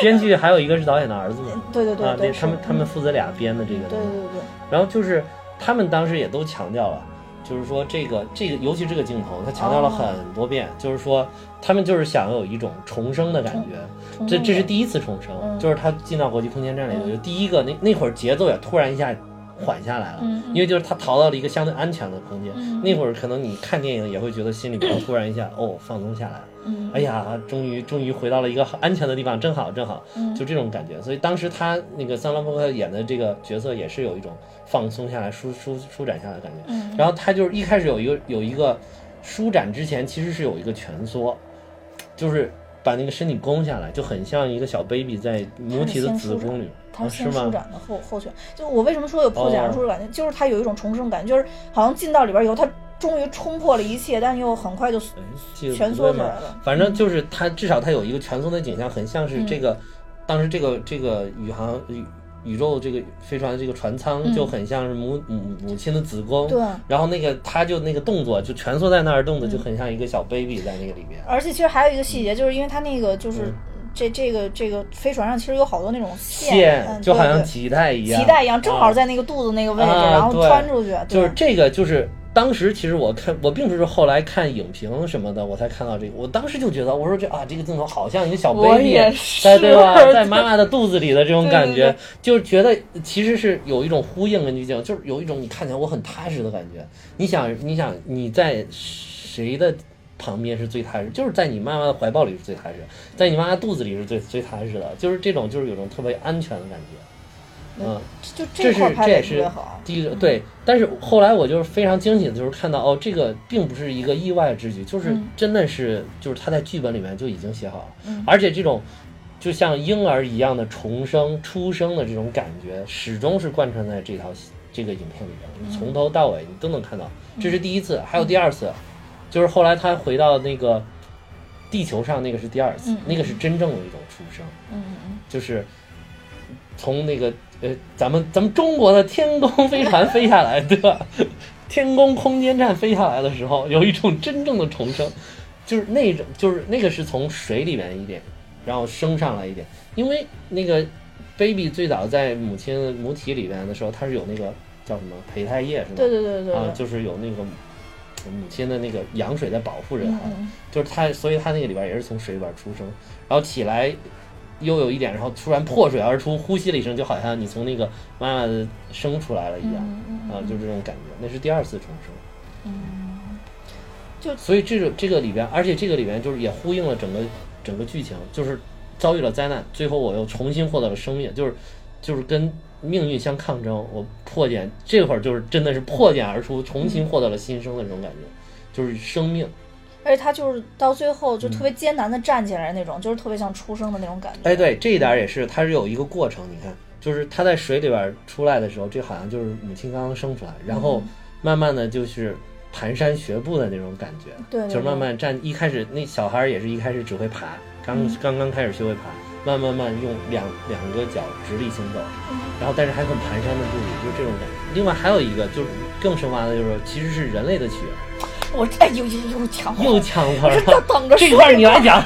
Speaker 2: 编剧还有一个是导演的儿子嘛。
Speaker 1: 对对嗯对
Speaker 2: 啊，
Speaker 1: 对，
Speaker 2: 对，他们
Speaker 1: 是
Speaker 2: 他们父子俩编的这个
Speaker 1: 对
Speaker 2: 东
Speaker 1: 对
Speaker 2: 西，
Speaker 1: 对对，
Speaker 2: 然后就是他们当时也都强调了。就是说，这个这个，尤其这个镜头，他强调了
Speaker 1: 哦
Speaker 2: 很多遍。就是说，他们就是想有一种重生的感觉，
Speaker 1: 重
Speaker 2: 这
Speaker 1: 弄
Speaker 2: 这是
Speaker 1: 的
Speaker 2: 第一次重生，
Speaker 1: 哦嗯
Speaker 2: 就是他进到国际空间站里，
Speaker 1: 嗯
Speaker 2: 我觉得第一个那那会儿节奏也突然一下缓下来了，
Speaker 1: 嗯嗯
Speaker 2: 因为就是他逃到了一个相对安全的空间。
Speaker 1: 嗯
Speaker 2: 那会儿可能你看电影也会觉得心里边突然一下哦放松下来了，
Speaker 1: 嗯
Speaker 2: 哎呀，终于终于回到了一个安全的地方，正好正好，
Speaker 1: 嗯
Speaker 2: 就这种感觉。所以当时他那个桑拉波克演的这个角色也是有一种放松下来、舒舒舒展下来的感觉。
Speaker 1: 嗯
Speaker 2: 然后他就是一开始有一个有一个舒展之前，其实是有一个蜷缩，就是把那个身体弓下来，就很像一个小 baby 在母体的子宫里，
Speaker 1: 他
Speaker 2: 啊、
Speaker 1: 是
Speaker 2: 是
Speaker 1: 先舒
Speaker 2: 吗？哦
Speaker 1: 展的后后选，就我为什么说有破茧而出的感觉，就是他有一种重生感，就是好像进到里边以后，他终于冲破了一切，但又很快就
Speaker 2: 记得
Speaker 1: 蜷
Speaker 2: 不
Speaker 1: 缩
Speaker 2: 对
Speaker 1: 起
Speaker 2: 吗
Speaker 1: 来了？
Speaker 2: 反正就是它，至少它有一个蜷缩的景象，很像是这
Speaker 1: 嗯
Speaker 2: 个、当时这个这个宇航宇宇宙这个飞船的这个船舱，就很像是母、母母亲的子宫。
Speaker 1: 嗯对。
Speaker 2: 然后那个他就那个动作就蜷缩在那儿，动作就很像一个小 baby 在那个里面。
Speaker 1: 而且其实还有一个细节，就是因为它那个就是、
Speaker 2: 嗯
Speaker 1: 这这个这个飞船上其实有好多那种嗯、
Speaker 2: 线就好
Speaker 1: 对
Speaker 2: 像
Speaker 1: 对
Speaker 2: 脐带一样，
Speaker 1: 脐带一样，正好
Speaker 2: 啊
Speaker 1: 在那个肚子那个位置，
Speaker 2: 啊
Speaker 1: 然后
Speaker 2: 对
Speaker 1: 穿出去，对
Speaker 2: 就是这个，就是当时其实我看，我并不是后来看影评什么的，我才看到这个。我当时就觉得，我说这啊，这个镜头好像一个小
Speaker 1: 我
Speaker 2: baby
Speaker 1: 也是
Speaker 2: 在对吧，在妈妈的肚子里的这种
Speaker 1: 对
Speaker 2: 感
Speaker 1: 对
Speaker 2: 觉，就是觉得其实是有一种呼应跟滤镜，就是有一种你看起来我很踏实的感觉。你想，你想你在谁的？旁边是最踏实，就是在你妈妈的怀抱里是最踏实，在你妈妈肚子里是最最踏实的，就是这种，就是有种特别安全的感觉，嗯，
Speaker 1: 就
Speaker 2: 这
Speaker 1: 块
Speaker 2: 是
Speaker 1: 拍
Speaker 2: 这
Speaker 1: 的特别
Speaker 2: 也是啊
Speaker 1: 好。啊嗯
Speaker 2: 第一个对，但是后来我就是非常惊喜的，就是看到哦，这个并不是一个意外之举，就是
Speaker 1: 嗯
Speaker 2: 真的是就是他在剧本里面就已经写好了，
Speaker 1: 嗯
Speaker 2: 而且这种就像婴儿一样的重生、出生的这种感觉，始终是贯穿在这套戏这个影片里
Speaker 1: 嗯
Speaker 2: 边，你从头到尾你都能看到，这是第一次，还有第二次，就是后来他回到那个地球上那个是第二次
Speaker 1: 嗯，
Speaker 2: 那个是真正的一种出生。
Speaker 1: 嗯嗯
Speaker 2: 就是从那个呃，咱们咱们中国的天宫飞船飞下来，对吧？天宫空间站飞下来的时候，有一种真正的重生，就是那种，就是那个是从水里面一点，然后升上来一点，因为那个 baby 最早在母亲母体里面的时候，它是有那个叫什么胚胎液是
Speaker 1: 嗯，
Speaker 2: 吧？
Speaker 1: 对对对对对，
Speaker 2: 啊，就是有那个母亲的那个羊水在保护着它。
Speaker 1: 嗯嗯
Speaker 2: 就是他，所以他那个里边也是从水里边出生，然后起来又有一点，然后突然破水而出，呼吸了一声，就好像你从那个妈妈的生出来了一样，
Speaker 1: 嗯嗯嗯
Speaker 2: 啊，就是这种感觉。那是第二次重生，
Speaker 1: 嗯，
Speaker 2: 所以这个这个里边，而且这个里边就是也呼应了整个整个剧情，就是遭遇了灾难，最后我又重新获得了生命，就是就是跟命运相抗争，我破茧，这会儿就是真的是破茧而出，重
Speaker 1: 嗯
Speaker 2: 新获得了新生的这种感觉，就是生命。
Speaker 1: 而且他就是到最后就特别艰难的站起来那种，就是特别像出生的那种感觉。
Speaker 2: 哎，，对，这一点儿也是，它是有一个过程。你看，就是它在水里边儿出来的时候，这好像就是母亲刚刚生出来，然
Speaker 1: 嗯
Speaker 2: 后慢慢的就是蹒跚学步的那种感觉，
Speaker 1: 对对
Speaker 2: 就是慢慢站。一开始那小孩儿也是一开始只会爬，刚
Speaker 1: 嗯
Speaker 2: 刚刚开始学会爬，慢慢慢用两两个脚直立行走，
Speaker 1: 嗯
Speaker 2: 然后但是还很蹒跚的步履，就是这种感觉。另外还有一个就是更深挖的就是说，其实是人类的起源，
Speaker 1: 我哎呦呦呦强了，
Speaker 2: 又抢词
Speaker 1: 我
Speaker 2: 儿
Speaker 1: 是就
Speaker 2: 了。
Speaker 1: 等着
Speaker 2: 这一
Speaker 1: 说
Speaker 2: 块儿你来 讲，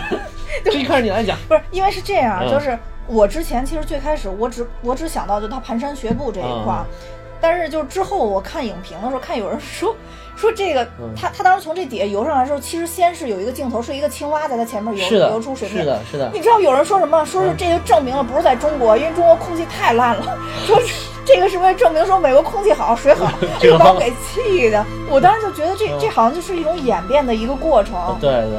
Speaker 2: 这一块儿你来讲。
Speaker 1: 不是，因为是这样，啊
Speaker 2: 嗯
Speaker 1: 就是我之前其实最开始我只我只想到就他蹒跚学步这一块儿，
Speaker 2: 嗯
Speaker 1: 但是就是之后我看影评的时候，看有人说 说这个、
Speaker 2: 嗯
Speaker 1: 他他当时从这底下游上来的时候，其实先是有一个镜头是一个青蛙在他前面游
Speaker 2: 是的
Speaker 1: 游，出水
Speaker 2: 是
Speaker 1: 面。
Speaker 2: 的，是的。，
Speaker 1: 你知道有人说什么？说是这就证明了不是在中国，因为中国空气太烂了。 说是这个是为了证明说美国空气好，水好 这个把
Speaker 2: 这
Speaker 1: 我
Speaker 2: 个
Speaker 1: 给气的。我当时就觉得这
Speaker 2: 嗯
Speaker 1: 这好像就是一种演变的一个过程。
Speaker 2: 对对，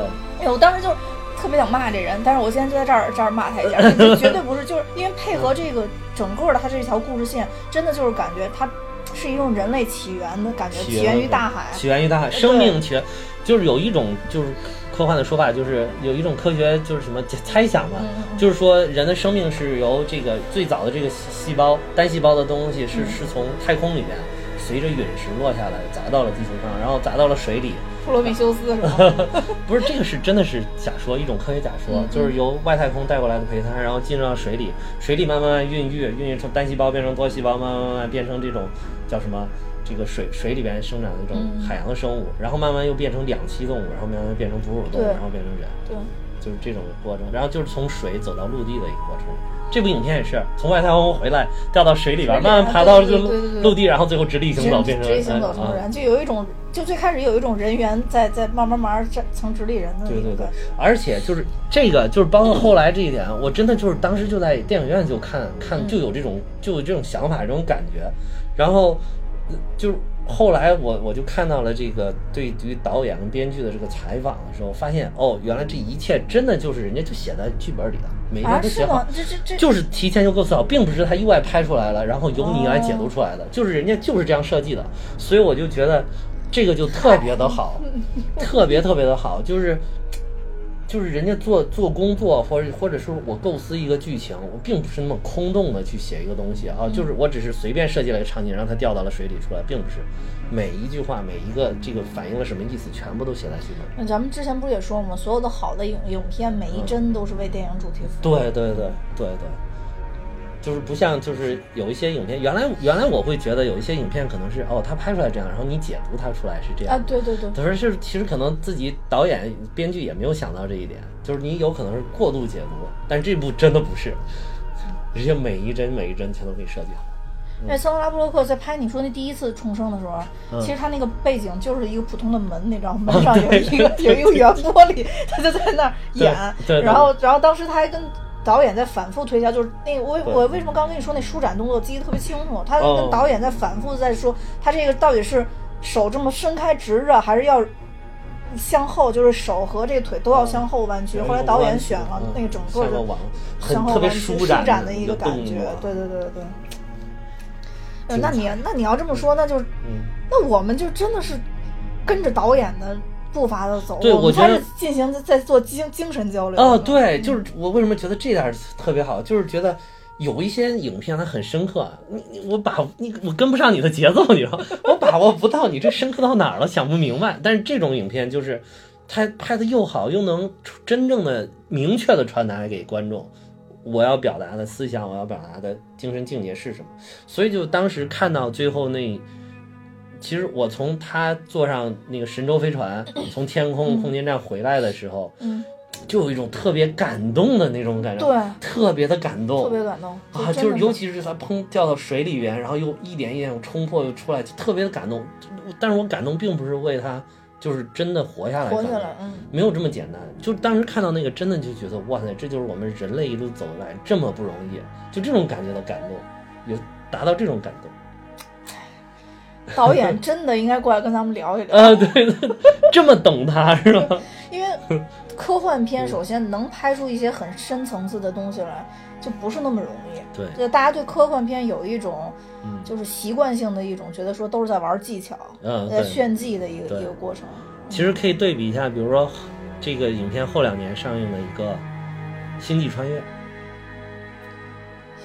Speaker 1: 哎，我当时就是特别想骂这人，但是我现在就在这儿这儿骂他一下， 这绝对不是，就是因为配合这个整个的他这条故事线，真的就是感觉它是一种人类起源的感觉，起源于大海。
Speaker 2: 起源于大海，生命起源，就是有一种就是科幻的说法，就是有一种科学就是什么猜想嘛，
Speaker 1: 嗯
Speaker 2: 就是说人的生命是由这个最早的这个细细胞单细胞的东西是、
Speaker 1: 嗯
Speaker 2: 是从太空里面随着陨石落下来，砸到了地球上，然后砸到了水里，
Speaker 1: 普罗米修斯是 吧？
Speaker 2: 不是这个是真的是假说，一种科学假说，
Speaker 1: 嗯
Speaker 2: 就是由外太空带过来的胚胎，然后进入到水里，水里慢慢慢孕育，孕育成单细胞变成多细胞，慢慢慢慢变成这种叫什么？这个水水里边生长的一种
Speaker 1: 嗯
Speaker 2: 海洋生物，然后慢慢又变成两栖动物，然后慢慢变成哺乳动物，
Speaker 1: 对
Speaker 2: 然后变成人，
Speaker 1: 对，
Speaker 2: 就是这种过程。然后就是从水走到陆地的一个过程。这部影片也是从外太空回来，掉到水里边，
Speaker 1: 水里边
Speaker 2: 慢慢爬到
Speaker 1: 对对
Speaker 2: 陆
Speaker 1: 对对对
Speaker 2: 陆地，然后最后直立行走，变成
Speaker 1: 直立行走
Speaker 2: 哎
Speaker 1: 成
Speaker 2: 啊
Speaker 1: 人，就有一种，就最开始有一种人猿在在慢慢慢慢站成直立人的
Speaker 2: 对
Speaker 1: 一
Speaker 2: 对
Speaker 1: 个
Speaker 2: 对
Speaker 1: 感觉。，
Speaker 2: 而且就是这个，就是包括后来这一点，我真的就是当时就在电影院就看
Speaker 1: 嗯
Speaker 2: 看，就有这种就有这种想法，这种感觉。然后呃就是后来我我就看到了这个对于导演跟编剧的这个采访的时候，发现哦，原来这一切真的就是人家就写在剧本里了，每一个
Speaker 1: 啊，
Speaker 2: 都
Speaker 1: 是
Speaker 2: 写好
Speaker 1: 吗。？这这这
Speaker 2: 就是提前就构思好，并不是他意外拍出来了，然后由你来解读出来的，就是人家就是这样设计的，所以我就觉得这个就特别的好，特别特别的好，就是。就是人家做做工作，或者或者是我构思一个剧情，我并不是那么空洞的去写一个东西啊，就是我只是随便设计了一个场景，让它掉到了水里出来，并不是每一句话每一个这个反映了什么意思，全部都写在剧本。
Speaker 1: 那咱们之前不是也说吗？所有的好的影影片，每一帧都是为电影主题服务。
Speaker 2: 对对对对对，就是不像就是有一些影片，原来原来我会觉得有一些影片可能是哦，他拍出来这样，然后你解读它出来是这样
Speaker 1: 啊，对对对，
Speaker 2: 可是是其实可能自己导演、编剧也没有想到这一点，就是你有可能是过度解读，但这部真的不是，人家每一帧每一帧全都给你设计好。
Speaker 1: 那斯特拉布洛克在拍你说那第一次重生的时候，啊其实他那个背景就是一个普通的门，你知道吗？门上有一个有一个圆玻璃，他就在那儿演
Speaker 2: 对对。对
Speaker 1: 然后，然后当时他还跟导演在反复推销，就是那个我我为什么刚跟你说那舒展动作记得特别清楚？他
Speaker 2: 哦
Speaker 1: 跟导演在反复在说，他这个到底是手这么伸开直着，还是要向后，就是手和这个腿都要向后弯
Speaker 2: 哎
Speaker 1: 曲。后来导演选
Speaker 2: 嗯
Speaker 1: 了那个整个
Speaker 2: 像
Speaker 1: 的
Speaker 2: 个网，很
Speaker 1: 向后
Speaker 2: 特别
Speaker 1: 弯曲
Speaker 2: 舒
Speaker 1: 舒
Speaker 2: 展
Speaker 1: 的
Speaker 2: 一
Speaker 1: 个感
Speaker 2: 动啊
Speaker 1: 觉
Speaker 2: 作。
Speaker 1: 对对对对对。呃
Speaker 2: 精
Speaker 1: 那你那你要这么说，那就
Speaker 2: 嗯，
Speaker 1: 那我们就真的是跟着导演的步伐的走，
Speaker 2: 对
Speaker 1: 我
Speaker 2: 我
Speaker 1: 们
Speaker 2: 觉
Speaker 1: 开
Speaker 2: 得
Speaker 1: 始进行在在做精精神交流。嗯
Speaker 2: 哦，，对，就是我为什么觉得这点儿特别好，就是觉得。有一些影片它很深刻，你你我把你我跟不上你的节奏，你知道吗，我把握不到你这深刻到哪儿了，想不明白。但是这种影片就是，它拍的又好，又能出真正的明确的传达给观众我要表达的思想，我要表达的精神境界是什么。所以就当时看到最后那，其实我从他坐上那个神舟飞船从天空空间站回来的时候，
Speaker 1: 嗯，
Speaker 2: 就有一种特别感动的那种感觉，
Speaker 1: 对，
Speaker 2: 特别的感动，
Speaker 1: 特别感动
Speaker 2: 啊，
Speaker 1: 真
Speaker 2: 就
Speaker 1: 的
Speaker 2: 是尤其是他砰掉到水里边，然后又一点一点又冲破又出来，就特别的感动。但是我感动并不是为他就是真的活下来，
Speaker 1: 活下来，，嗯，
Speaker 2: 没有这么简单。就当时看到那个，真的就觉得哇塞，这就是我们人类一路走来这么不容易，就这种感觉的感动，有达到这种感动。
Speaker 1: 导 演真的应该过来跟咱们聊一聊，
Speaker 2: 啊，对 对，这么懂他是吧？
Speaker 1: 因为科幻片首先能拍出一些很深层次的东西来，就不是那么容易。
Speaker 2: 对，
Speaker 1: 就大家对科幻片有一种
Speaker 2: 嗯，
Speaker 1: 就是习惯性的一种觉得说都是在玩技巧，
Speaker 2: 嗯，
Speaker 1: 在
Speaker 2: 对。
Speaker 1: 炫技的一个
Speaker 2: 对
Speaker 1: 一个过程。
Speaker 2: 其实可以对比一下，比如说这个影片后两年上映的一个《星际穿越》，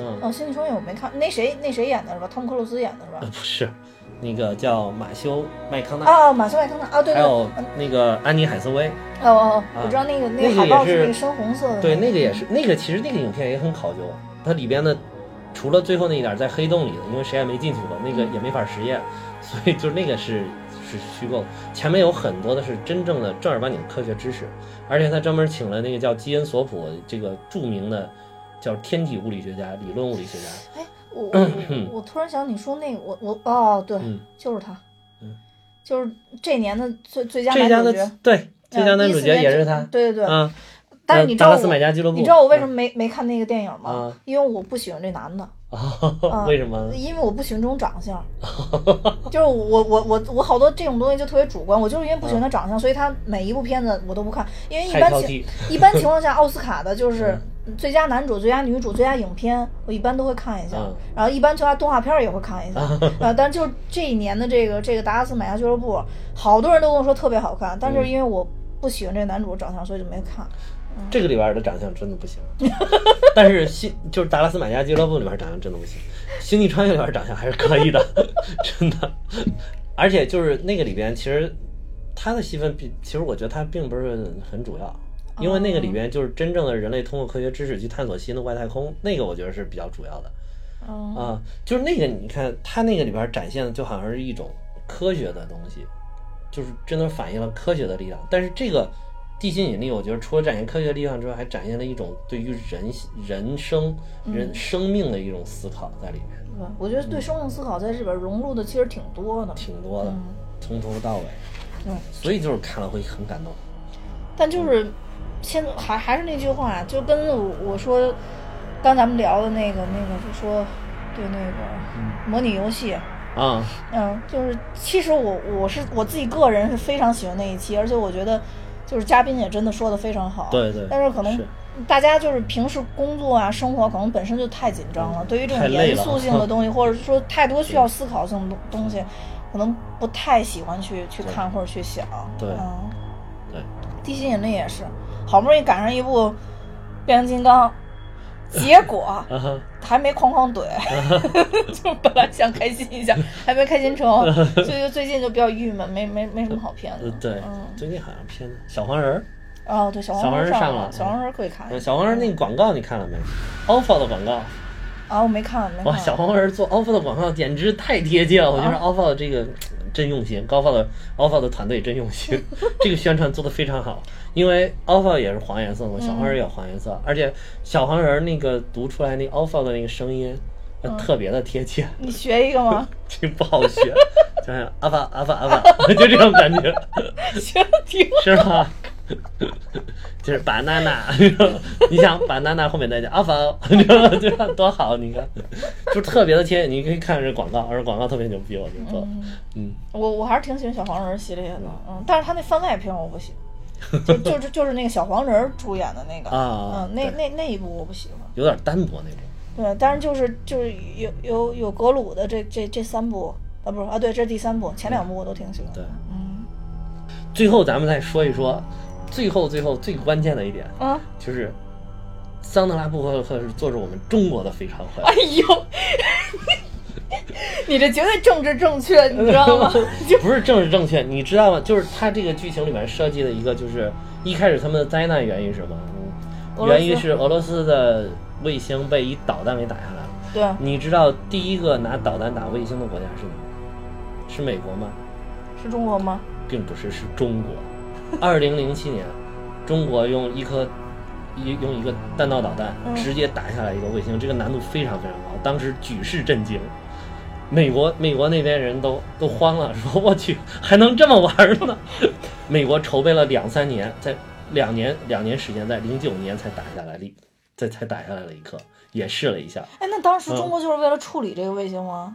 Speaker 2: 嗯，
Speaker 1: 哦，《星际穿越》我没看，那谁那谁演的是吧？汤姆克鲁斯演的是
Speaker 2: 呃
Speaker 1: 吧？
Speaker 2: 不是，那个叫马修麦康纳，
Speaker 1: 啊，马修麦康纳啊，对
Speaker 2: 还
Speaker 1: 对，
Speaker 2: 有那个安妮海瑟薇，
Speaker 1: 哦哦，哦
Speaker 2: 啊
Speaker 1: 我知道那个
Speaker 2: 那
Speaker 1: 那
Speaker 2: 个
Speaker 1: 个海报
Speaker 2: 也是
Speaker 1: 那个深红色的，
Speaker 2: 对，那个也是，那个其实那个影片也很考究，它里边的除了最后那一点在黑洞里的，因为谁也没进去过，那个也没法实验，所以就那个是是虚构的。前面有很多的是真正的正儿八经的科学知识，而且他专门请了那个叫基恩索普这个著名的叫天体物理学家、理论物理学家，
Speaker 1: 哎，我我 我我突然想你说那个，我我哦，对
Speaker 2: 嗯，
Speaker 1: 就是他
Speaker 2: 嗯，
Speaker 1: 就是这年的最最佳
Speaker 2: 最佳
Speaker 1: 男主
Speaker 2: 的
Speaker 1: 角，
Speaker 2: 对最佳
Speaker 1: 嗯
Speaker 2: 男主
Speaker 1: 14
Speaker 2: 角
Speaker 1: 年
Speaker 2: 也
Speaker 1: 这
Speaker 2: 是他，
Speaker 1: 对对对。
Speaker 2: 啊，
Speaker 1: 但是
Speaker 2: 呃
Speaker 1: 你知
Speaker 2: 达
Speaker 1: 道
Speaker 2: 拉斯买
Speaker 1: 我
Speaker 2: 家俱乐部，
Speaker 1: 你知道我为 什么没没看那个电影吗
Speaker 2: 嗯啊？
Speaker 1: 因为我不喜欢这男的，嗯
Speaker 2: 么？为什么呢？
Speaker 1: 因为我不喜欢这种长相， 就是我我我我好多这种东西就特别主观，我就是因为不喜欢他长相，所以他每一部片子我都不看，因为一
Speaker 2: 嗯太
Speaker 1: 般
Speaker 2: 挑
Speaker 1: 情
Speaker 2: 剔， 嗯
Speaker 1: 一般情况下，奥斯卡的就是最佳男主、最佳女主、最佳影片，我一般都会看一下。
Speaker 2: 嗯
Speaker 1: 然后一般最佳动画片儿也会看 一下。啊，但就这一年的这个这个《达拉斯买家俱乐部》，好多人都跟我说特别好看，
Speaker 2: 嗯
Speaker 1: 但是因为我不喜欢这个男主长相，所以就没看。
Speaker 2: 这个里边的长相真的不行，啊 但是星就是达拉斯买家俱乐部里边长相真的不行，星际穿越里边长相还是可以的， 真的。而且就是那个里边，其实他的戏份并其实我觉得他并不是很主要，因为那个里边就是真正的人类通过科学知识去探索新的外太空，那个我觉得是比较主要的。
Speaker 1: 嗯，
Speaker 2: 啊，就是那个，你看他那个里边展现的就好像是一种科学的东西，就是真的反映了科学的力量。但是这个地心引力，我觉得除了展现科学力量之外，还展现了一种对于人人生、
Speaker 1: 嗯
Speaker 2: 人生命的一种思考在里面，
Speaker 1: 对啊吧我觉得对生命思考在这边融入的其实挺多的。
Speaker 2: 挺多的
Speaker 1: 嗯，
Speaker 2: 从头到尾。
Speaker 1: 对，
Speaker 2: 所以就是看了会很感动。
Speaker 1: 但就是
Speaker 2: 嗯
Speaker 1: 现在还还是那句话，就跟我我说，刚咱们聊的那个那个，就说对那
Speaker 2: 嗯
Speaker 1: 个模拟游戏，
Speaker 2: 啊，
Speaker 1: 嗯，就是其实我我是我自己个人是非常喜欢那一期，而且我觉得就是嘉宾也真的说的非常好，
Speaker 2: 对对
Speaker 1: 但是可能
Speaker 2: 是
Speaker 1: 大家就是平时工作啊、生活可能本身就太紧张了，对于这
Speaker 2: 嗯太
Speaker 1: 种
Speaker 2: 累
Speaker 1: 严
Speaker 2: 了
Speaker 1: 肃性的东西，或者说太多需要思考性的东东西，可能不太喜欢去去看或者去想。
Speaker 2: 对
Speaker 1: 嗯，
Speaker 2: 对，
Speaker 1: 地心引力也是。好不容易赶上一部变形金刚，结 果
Speaker 2: 啊
Speaker 1: 还没哐哐怼， 就本来想开心 一下，还没开心成，所以就最近就比较郁闷，没没没什么好片子
Speaker 2: 呃。对
Speaker 1: 嗯，
Speaker 2: 最近好像片子小黄人儿，
Speaker 1: 哦，对，小黄
Speaker 2: 小黄
Speaker 1: 人
Speaker 2: 人
Speaker 1: 上
Speaker 2: 上
Speaker 1: 了，
Speaker 2: 了
Speaker 1: 小黄人可以看
Speaker 2: 呃小黄人那个广告你看了没？OFO 的广告，
Speaker 1: 啊，我没看，没
Speaker 2: 哇，
Speaker 1: 看。
Speaker 2: 小黄人做 OFO 的广告简直太贴切了，我觉得 OFO 这个真用心，OFO 的 OFO 的团队真用心，这个宣传做得非常好，因为 OFO 也是黄颜色嘛，小黄人也有黄颜色，而且小黄人那个读出来那 OFO 的那个声音，呃特别的贴切。
Speaker 1: 你学一个 吗？
Speaker 2: 这不好学，就是阿法阿法阿法， 就这种感觉，
Speaker 1: 行，挺
Speaker 2: 是吧？ 就是 banana，你 想 banana 后面再加阿 法，你知道吗？这样多好，你看，就是特别的贴。你可以看这广告，而广告特别牛逼，我觉得，嗯，
Speaker 1: 我我还是挺喜欢小黄人系列的，嗯，但是他那番外篇我不喜欢，就就是就是那个小黄人主演的那个，
Speaker 2: 啊
Speaker 1: 嗯，那
Speaker 2: 对
Speaker 1: 那那一部我不喜欢，
Speaker 2: 有点单薄那种。
Speaker 1: 对，但是就是就是有有有格鲁的这这这三部啊，不是啊，对，这是第三部，前两部我都挺喜欢的，
Speaker 2: 对，
Speaker 1: 嗯
Speaker 2: 最后咱们再说一说，最后最后最关键的一点
Speaker 1: 啊，
Speaker 2: 就是。桑德拉布赫赫是做着我们中国的非常会，
Speaker 1: 哎呦， 你这绝对政治正确，你知道 吗？ 就
Speaker 2: 不是政治正确，你知道吗？就是他这个剧情里面设计的一个，就是一开始他们的灾难源于什么？
Speaker 1: 俄
Speaker 2: 嗯，
Speaker 1: 罗斯
Speaker 2: 源于是俄罗斯的卫星被一导弹给打下来了。
Speaker 1: 对，
Speaker 2: 你知道第一个拿导弹打卫星的国家是哪？是美国吗？
Speaker 1: 是中国吗？
Speaker 2: 并不是，是中国。二零零七年，中国用一颗一用一个弹道导弹
Speaker 1: 嗯
Speaker 2: 直接打下来一个卫星，这个难度非常非常高，当时举世震惊。美国美国那边人都都慌了，说我去，还能这么玩儿呢？ 美国筹备了两三年，在两年两年时间，在零九年才打下来了一，这才打下来了一颗，也试了一下，
Speaker 1: 哎，那当
Speaker 2: 嗯
Speaker 1: 时中国就是为了处理这个卫星吗？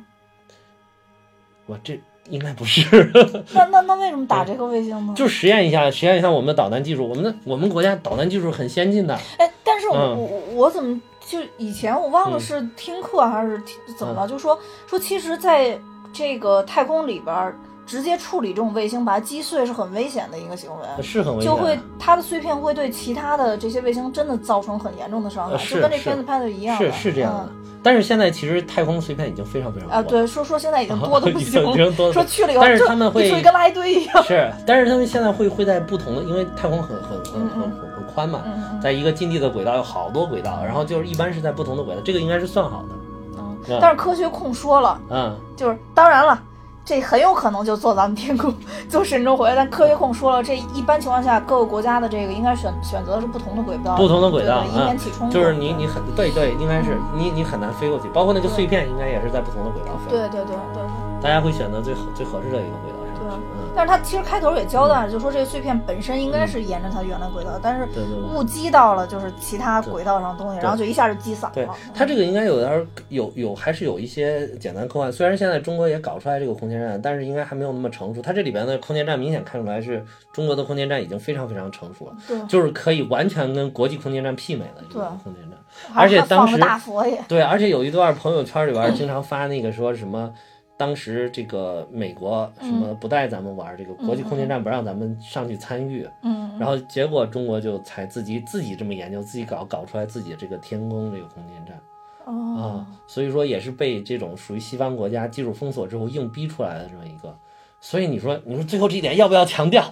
Speaker 2: 我这应该不是。
Speaker 1: 那那那为什么打这个卫星呢？
Speaker 2: 嗯就实验一下，实验一下我们的导弹技术。我们的我们国家导弹技术很先进的，
Speaker 1: 哎，但是我、
Speaker 2: 嗯
Speaker 1: 我我怎么就以前我忘了是听课还是听怎么了，就说说其实在这个太空里边儿直接处理这种卫星把它击碎是很危险的一个行为。
Speaker 2: 是很危险
Speaker 1: 就
Speaker 2: 的。
Speaker 1: 会它的碎片会对其他的这些卫星真的造成很严重的伤害，
Speaker 2: 呃是
Speaker 1: 就跟这
Speaker 2: 是
Speaker 1: 片子拍的一样
Speaker 2: 是
Speaker 1: 了
Speaker 2: 是这样的
Speaker 1: 嗯。
Speaker 2: 但是现在其实太空碎片已经非常非常多
Speaker 1: 啊，
Speaker 2: 了。
Speaker 1: 对，说说现在已经多的不
Speaker 2: 哦已
Speaker 1: 行
Speaker 2: 经已经多
Speaker 1: 了，
Speaker 2: 得
Speaker 1: 说
Speaker 2: 不
Speaker 1: 去了以后
Speaker 2: 但是
Speaker 1: 就
Speaker 2: 他们会
Speaker 1: 就处于跟垃圾堆一样。
Speaker 2: 是，但是他们现在会会在不同的，因为太空很很很很
Speaker 1: 嗯
Speaker 2: 很很宽嘛，
Speaker 1: 嗯嗯
Speaker 2: 在一个近地的轨道有好多轨道，然后就是一般是在不同的轨道，这个应该是算好的。
Speaker 1: 嗯
Speaker 2: 嗯
Speaker 1: 但是科学控说了，
Speaker 2: 嗯，
Speaker 1: 就是当然了，这很有可能就做咱们天宫，做神舟回来。但科学控说了，这一般情况下各个国家的这个应该选选择的是不同的轨道，
Speaker 2: 不同的轨道
Speaker 1: 对对以
Speaker 2: 嗯
Speaker 1: 免起冲突。
Speaker 2: 就是你你很对对，应该是你你很难飞过去，包括那个碎片应该也是在不同的轨道飞。
Speaker 1: 对对对对对。
Speaker 2: 大家会选择最合最合适的一个轨道
Speaker 1: 对啊
Speaker 2: 上去。嗯。
Speaker 1: 但是它其实开头也交代了，就说这个碎片本身应该是沿着它原来轨道，但是
Speaker 2: 对对对
Speaker 1: 误击到了就是其他轨道上的东西，然后就一下就击散
Speaker 2: 对
Speaker 1: 了。
Speaker 2: 它这个应该有点儿有有还是有一些简单科幻，虽然现在中国也搞出来这个空间站，但是应该还没有那么成熟。它这里边的空间站明显看出来是中国的空间站已经非常非常成熟了，
Speaker 1: 嗯对，
Speaker 2: 就是可以完全跟国际空间站媲美的这个
Speaker 1: 对
Speaker 2: 空间站。
Speaker 1: 还
Speaker 2: 而且
Speaker 1: 还嗯放
Speaker 2: 当时
Speaker 1: 个大佛爷，
Speaker 2: 对，而且有一段朋友圈里边经常发那个说什么。当时这个美国什么
Speaker 1: 嗯
Speaker 2: 不带咱们玩儿这个国际空间站，不让咱们上去参与，
Speaker 1: 嗯，
Speaker 2: 然后结果中国就才自己自己这么研究，自己搞搞出来自己的这个天宫这个空间站。
Speaker 1: 哦，
Speaker 2: 啊，所以说也是被这种属于西方国家技术封锁之后硬逼出来的这么一个。所以你说，你说最后这一点要不要强调？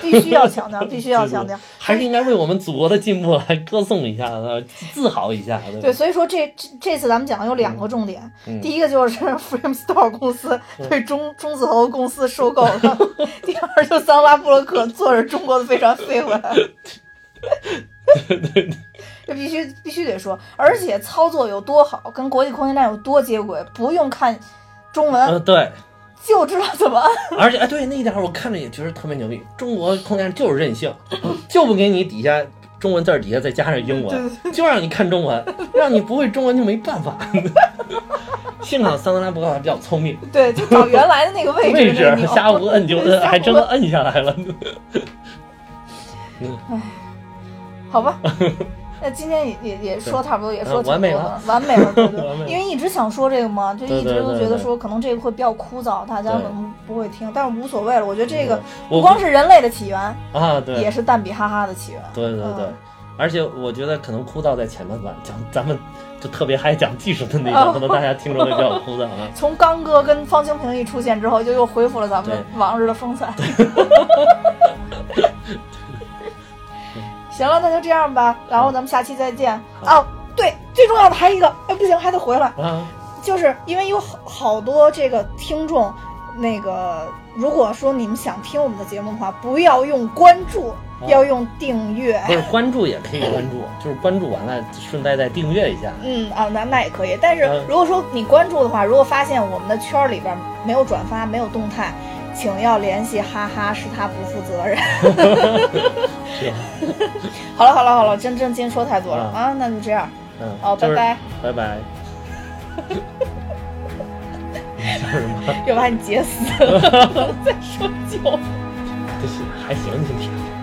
Speaker 1: 必须要强调，必须要强调。
Speaker 2: 还是应该为我们祖国的进步来歌颂一下，呃自豪一下，对
Speaker 1: 对，
Speaker 2: 吧？
Speaker 1: 所以说这这这次咱们讲的有
Speaker 2: 嗯
Speaker 1: 两个重点，第一个就是 Framestore 公司
Speaker 2: 嗯
Speaker 1: 被中中字头公司收购了， 第二就桑拉布洛克坐着中国的飞船飞回来了。 这必须必须得说，而且操作有多好，跟国际空间站有多接轨，不用看中文
Speaker 2: 呃，对，
Speaker 1: 就知道怎么按。
Speaker 2: 而且哎，对那一点我看着也觉得特别牛逼，中国空间就是任性，就不给你底下中文字儿底下再加上英文，就让你看中文，让你不会中文就没办法。 幸好桑德拉伯格还比较聪明，
Speaker 1: 对，就找原来的那个位置。
Speaker 2: 位置
Speaker 1: 那个钮
Speaker 2: 瞎胡摁就摁，还真的摁下来了。
Speaker 1: 好吧，那今天也也也说差不多，也说
Speaker 2: 嗯完美
Speaker 1: 挺多
Speaker 2: 了，
Speaker 1: 完美了，对对
Speaker 2: 完美了
Speaker 1: 因为一直想说这个嘛，就
Speaker 2: 对
Speaker 1: 一直
Speaker 2: 对
Speaker 1: 都
Speaker 2: 对
Speaker 1: 觉得
Speaker 2: 对
Speaker 1: 说可能这个会比较枯燥，大家可
Speaker 2: 对
Speaker 1: 能不会听，但是无所谓了。我觉得这个
Speaker 2: 嗯我
Speaker 1: 不光是人类的起源，
Speaker 2: 啊，对，
Speaker 1: 也是蛋比哈哈的起源。
Speaker 2: 对对对
Speaker 1: 嗯，
Speaker 2: 而且我觉得可能枯燥在前半段，讲咱们就特别爱讲技术的那
Speaker 1: 哦
Speaker 2: 种，可能大家听着会比较枯燥 啊。
Speaker 1: 从刚哥跟方清平一出现之后，就又恢复了咱们
Speaker 2: 对
Speaker 1: 往日的风 采。 行了，那就这样吧，然后咱们下期再见。
Speaker 2: 嗯好
Speaker 1: 哦，对，最重要的还有一个，哎，不行，还得回来，
Speaker 2: 啊，
Speaker 1: 就是因为有好好多这个听众，那个如果说你们想听我们的节目的话，不要用关注，
Speaker 2: 啊
Speaker 1: 要用订阅。
Speaker 2: 不是关注也可以关注，就是关注完了顺带再订阅一下。
Speaker 1: 嗯啊，那那也可以。但是
Speaker 2: 嗯
Speaker 1: 如果说你关注的话，如果发现我们的圈儿里边没有转发、没有动态，请要联系哈哈，是他不负责任。
Speaker 2: 是吧
Speaker 1: 好了好了好了，真真今天说太多了
Speaker 2: 啊
Speaker 1: 啊，那就这样，
Speaker 2: 嗯，
Speaker 1: 哦
Speaker 2: 就是
Speaker 1: 拜
Speaker 2: 拜拜。你笑什么？
Speaker 1: 要把你截死了，再说就。
Speaker 2: 这是还行，今天。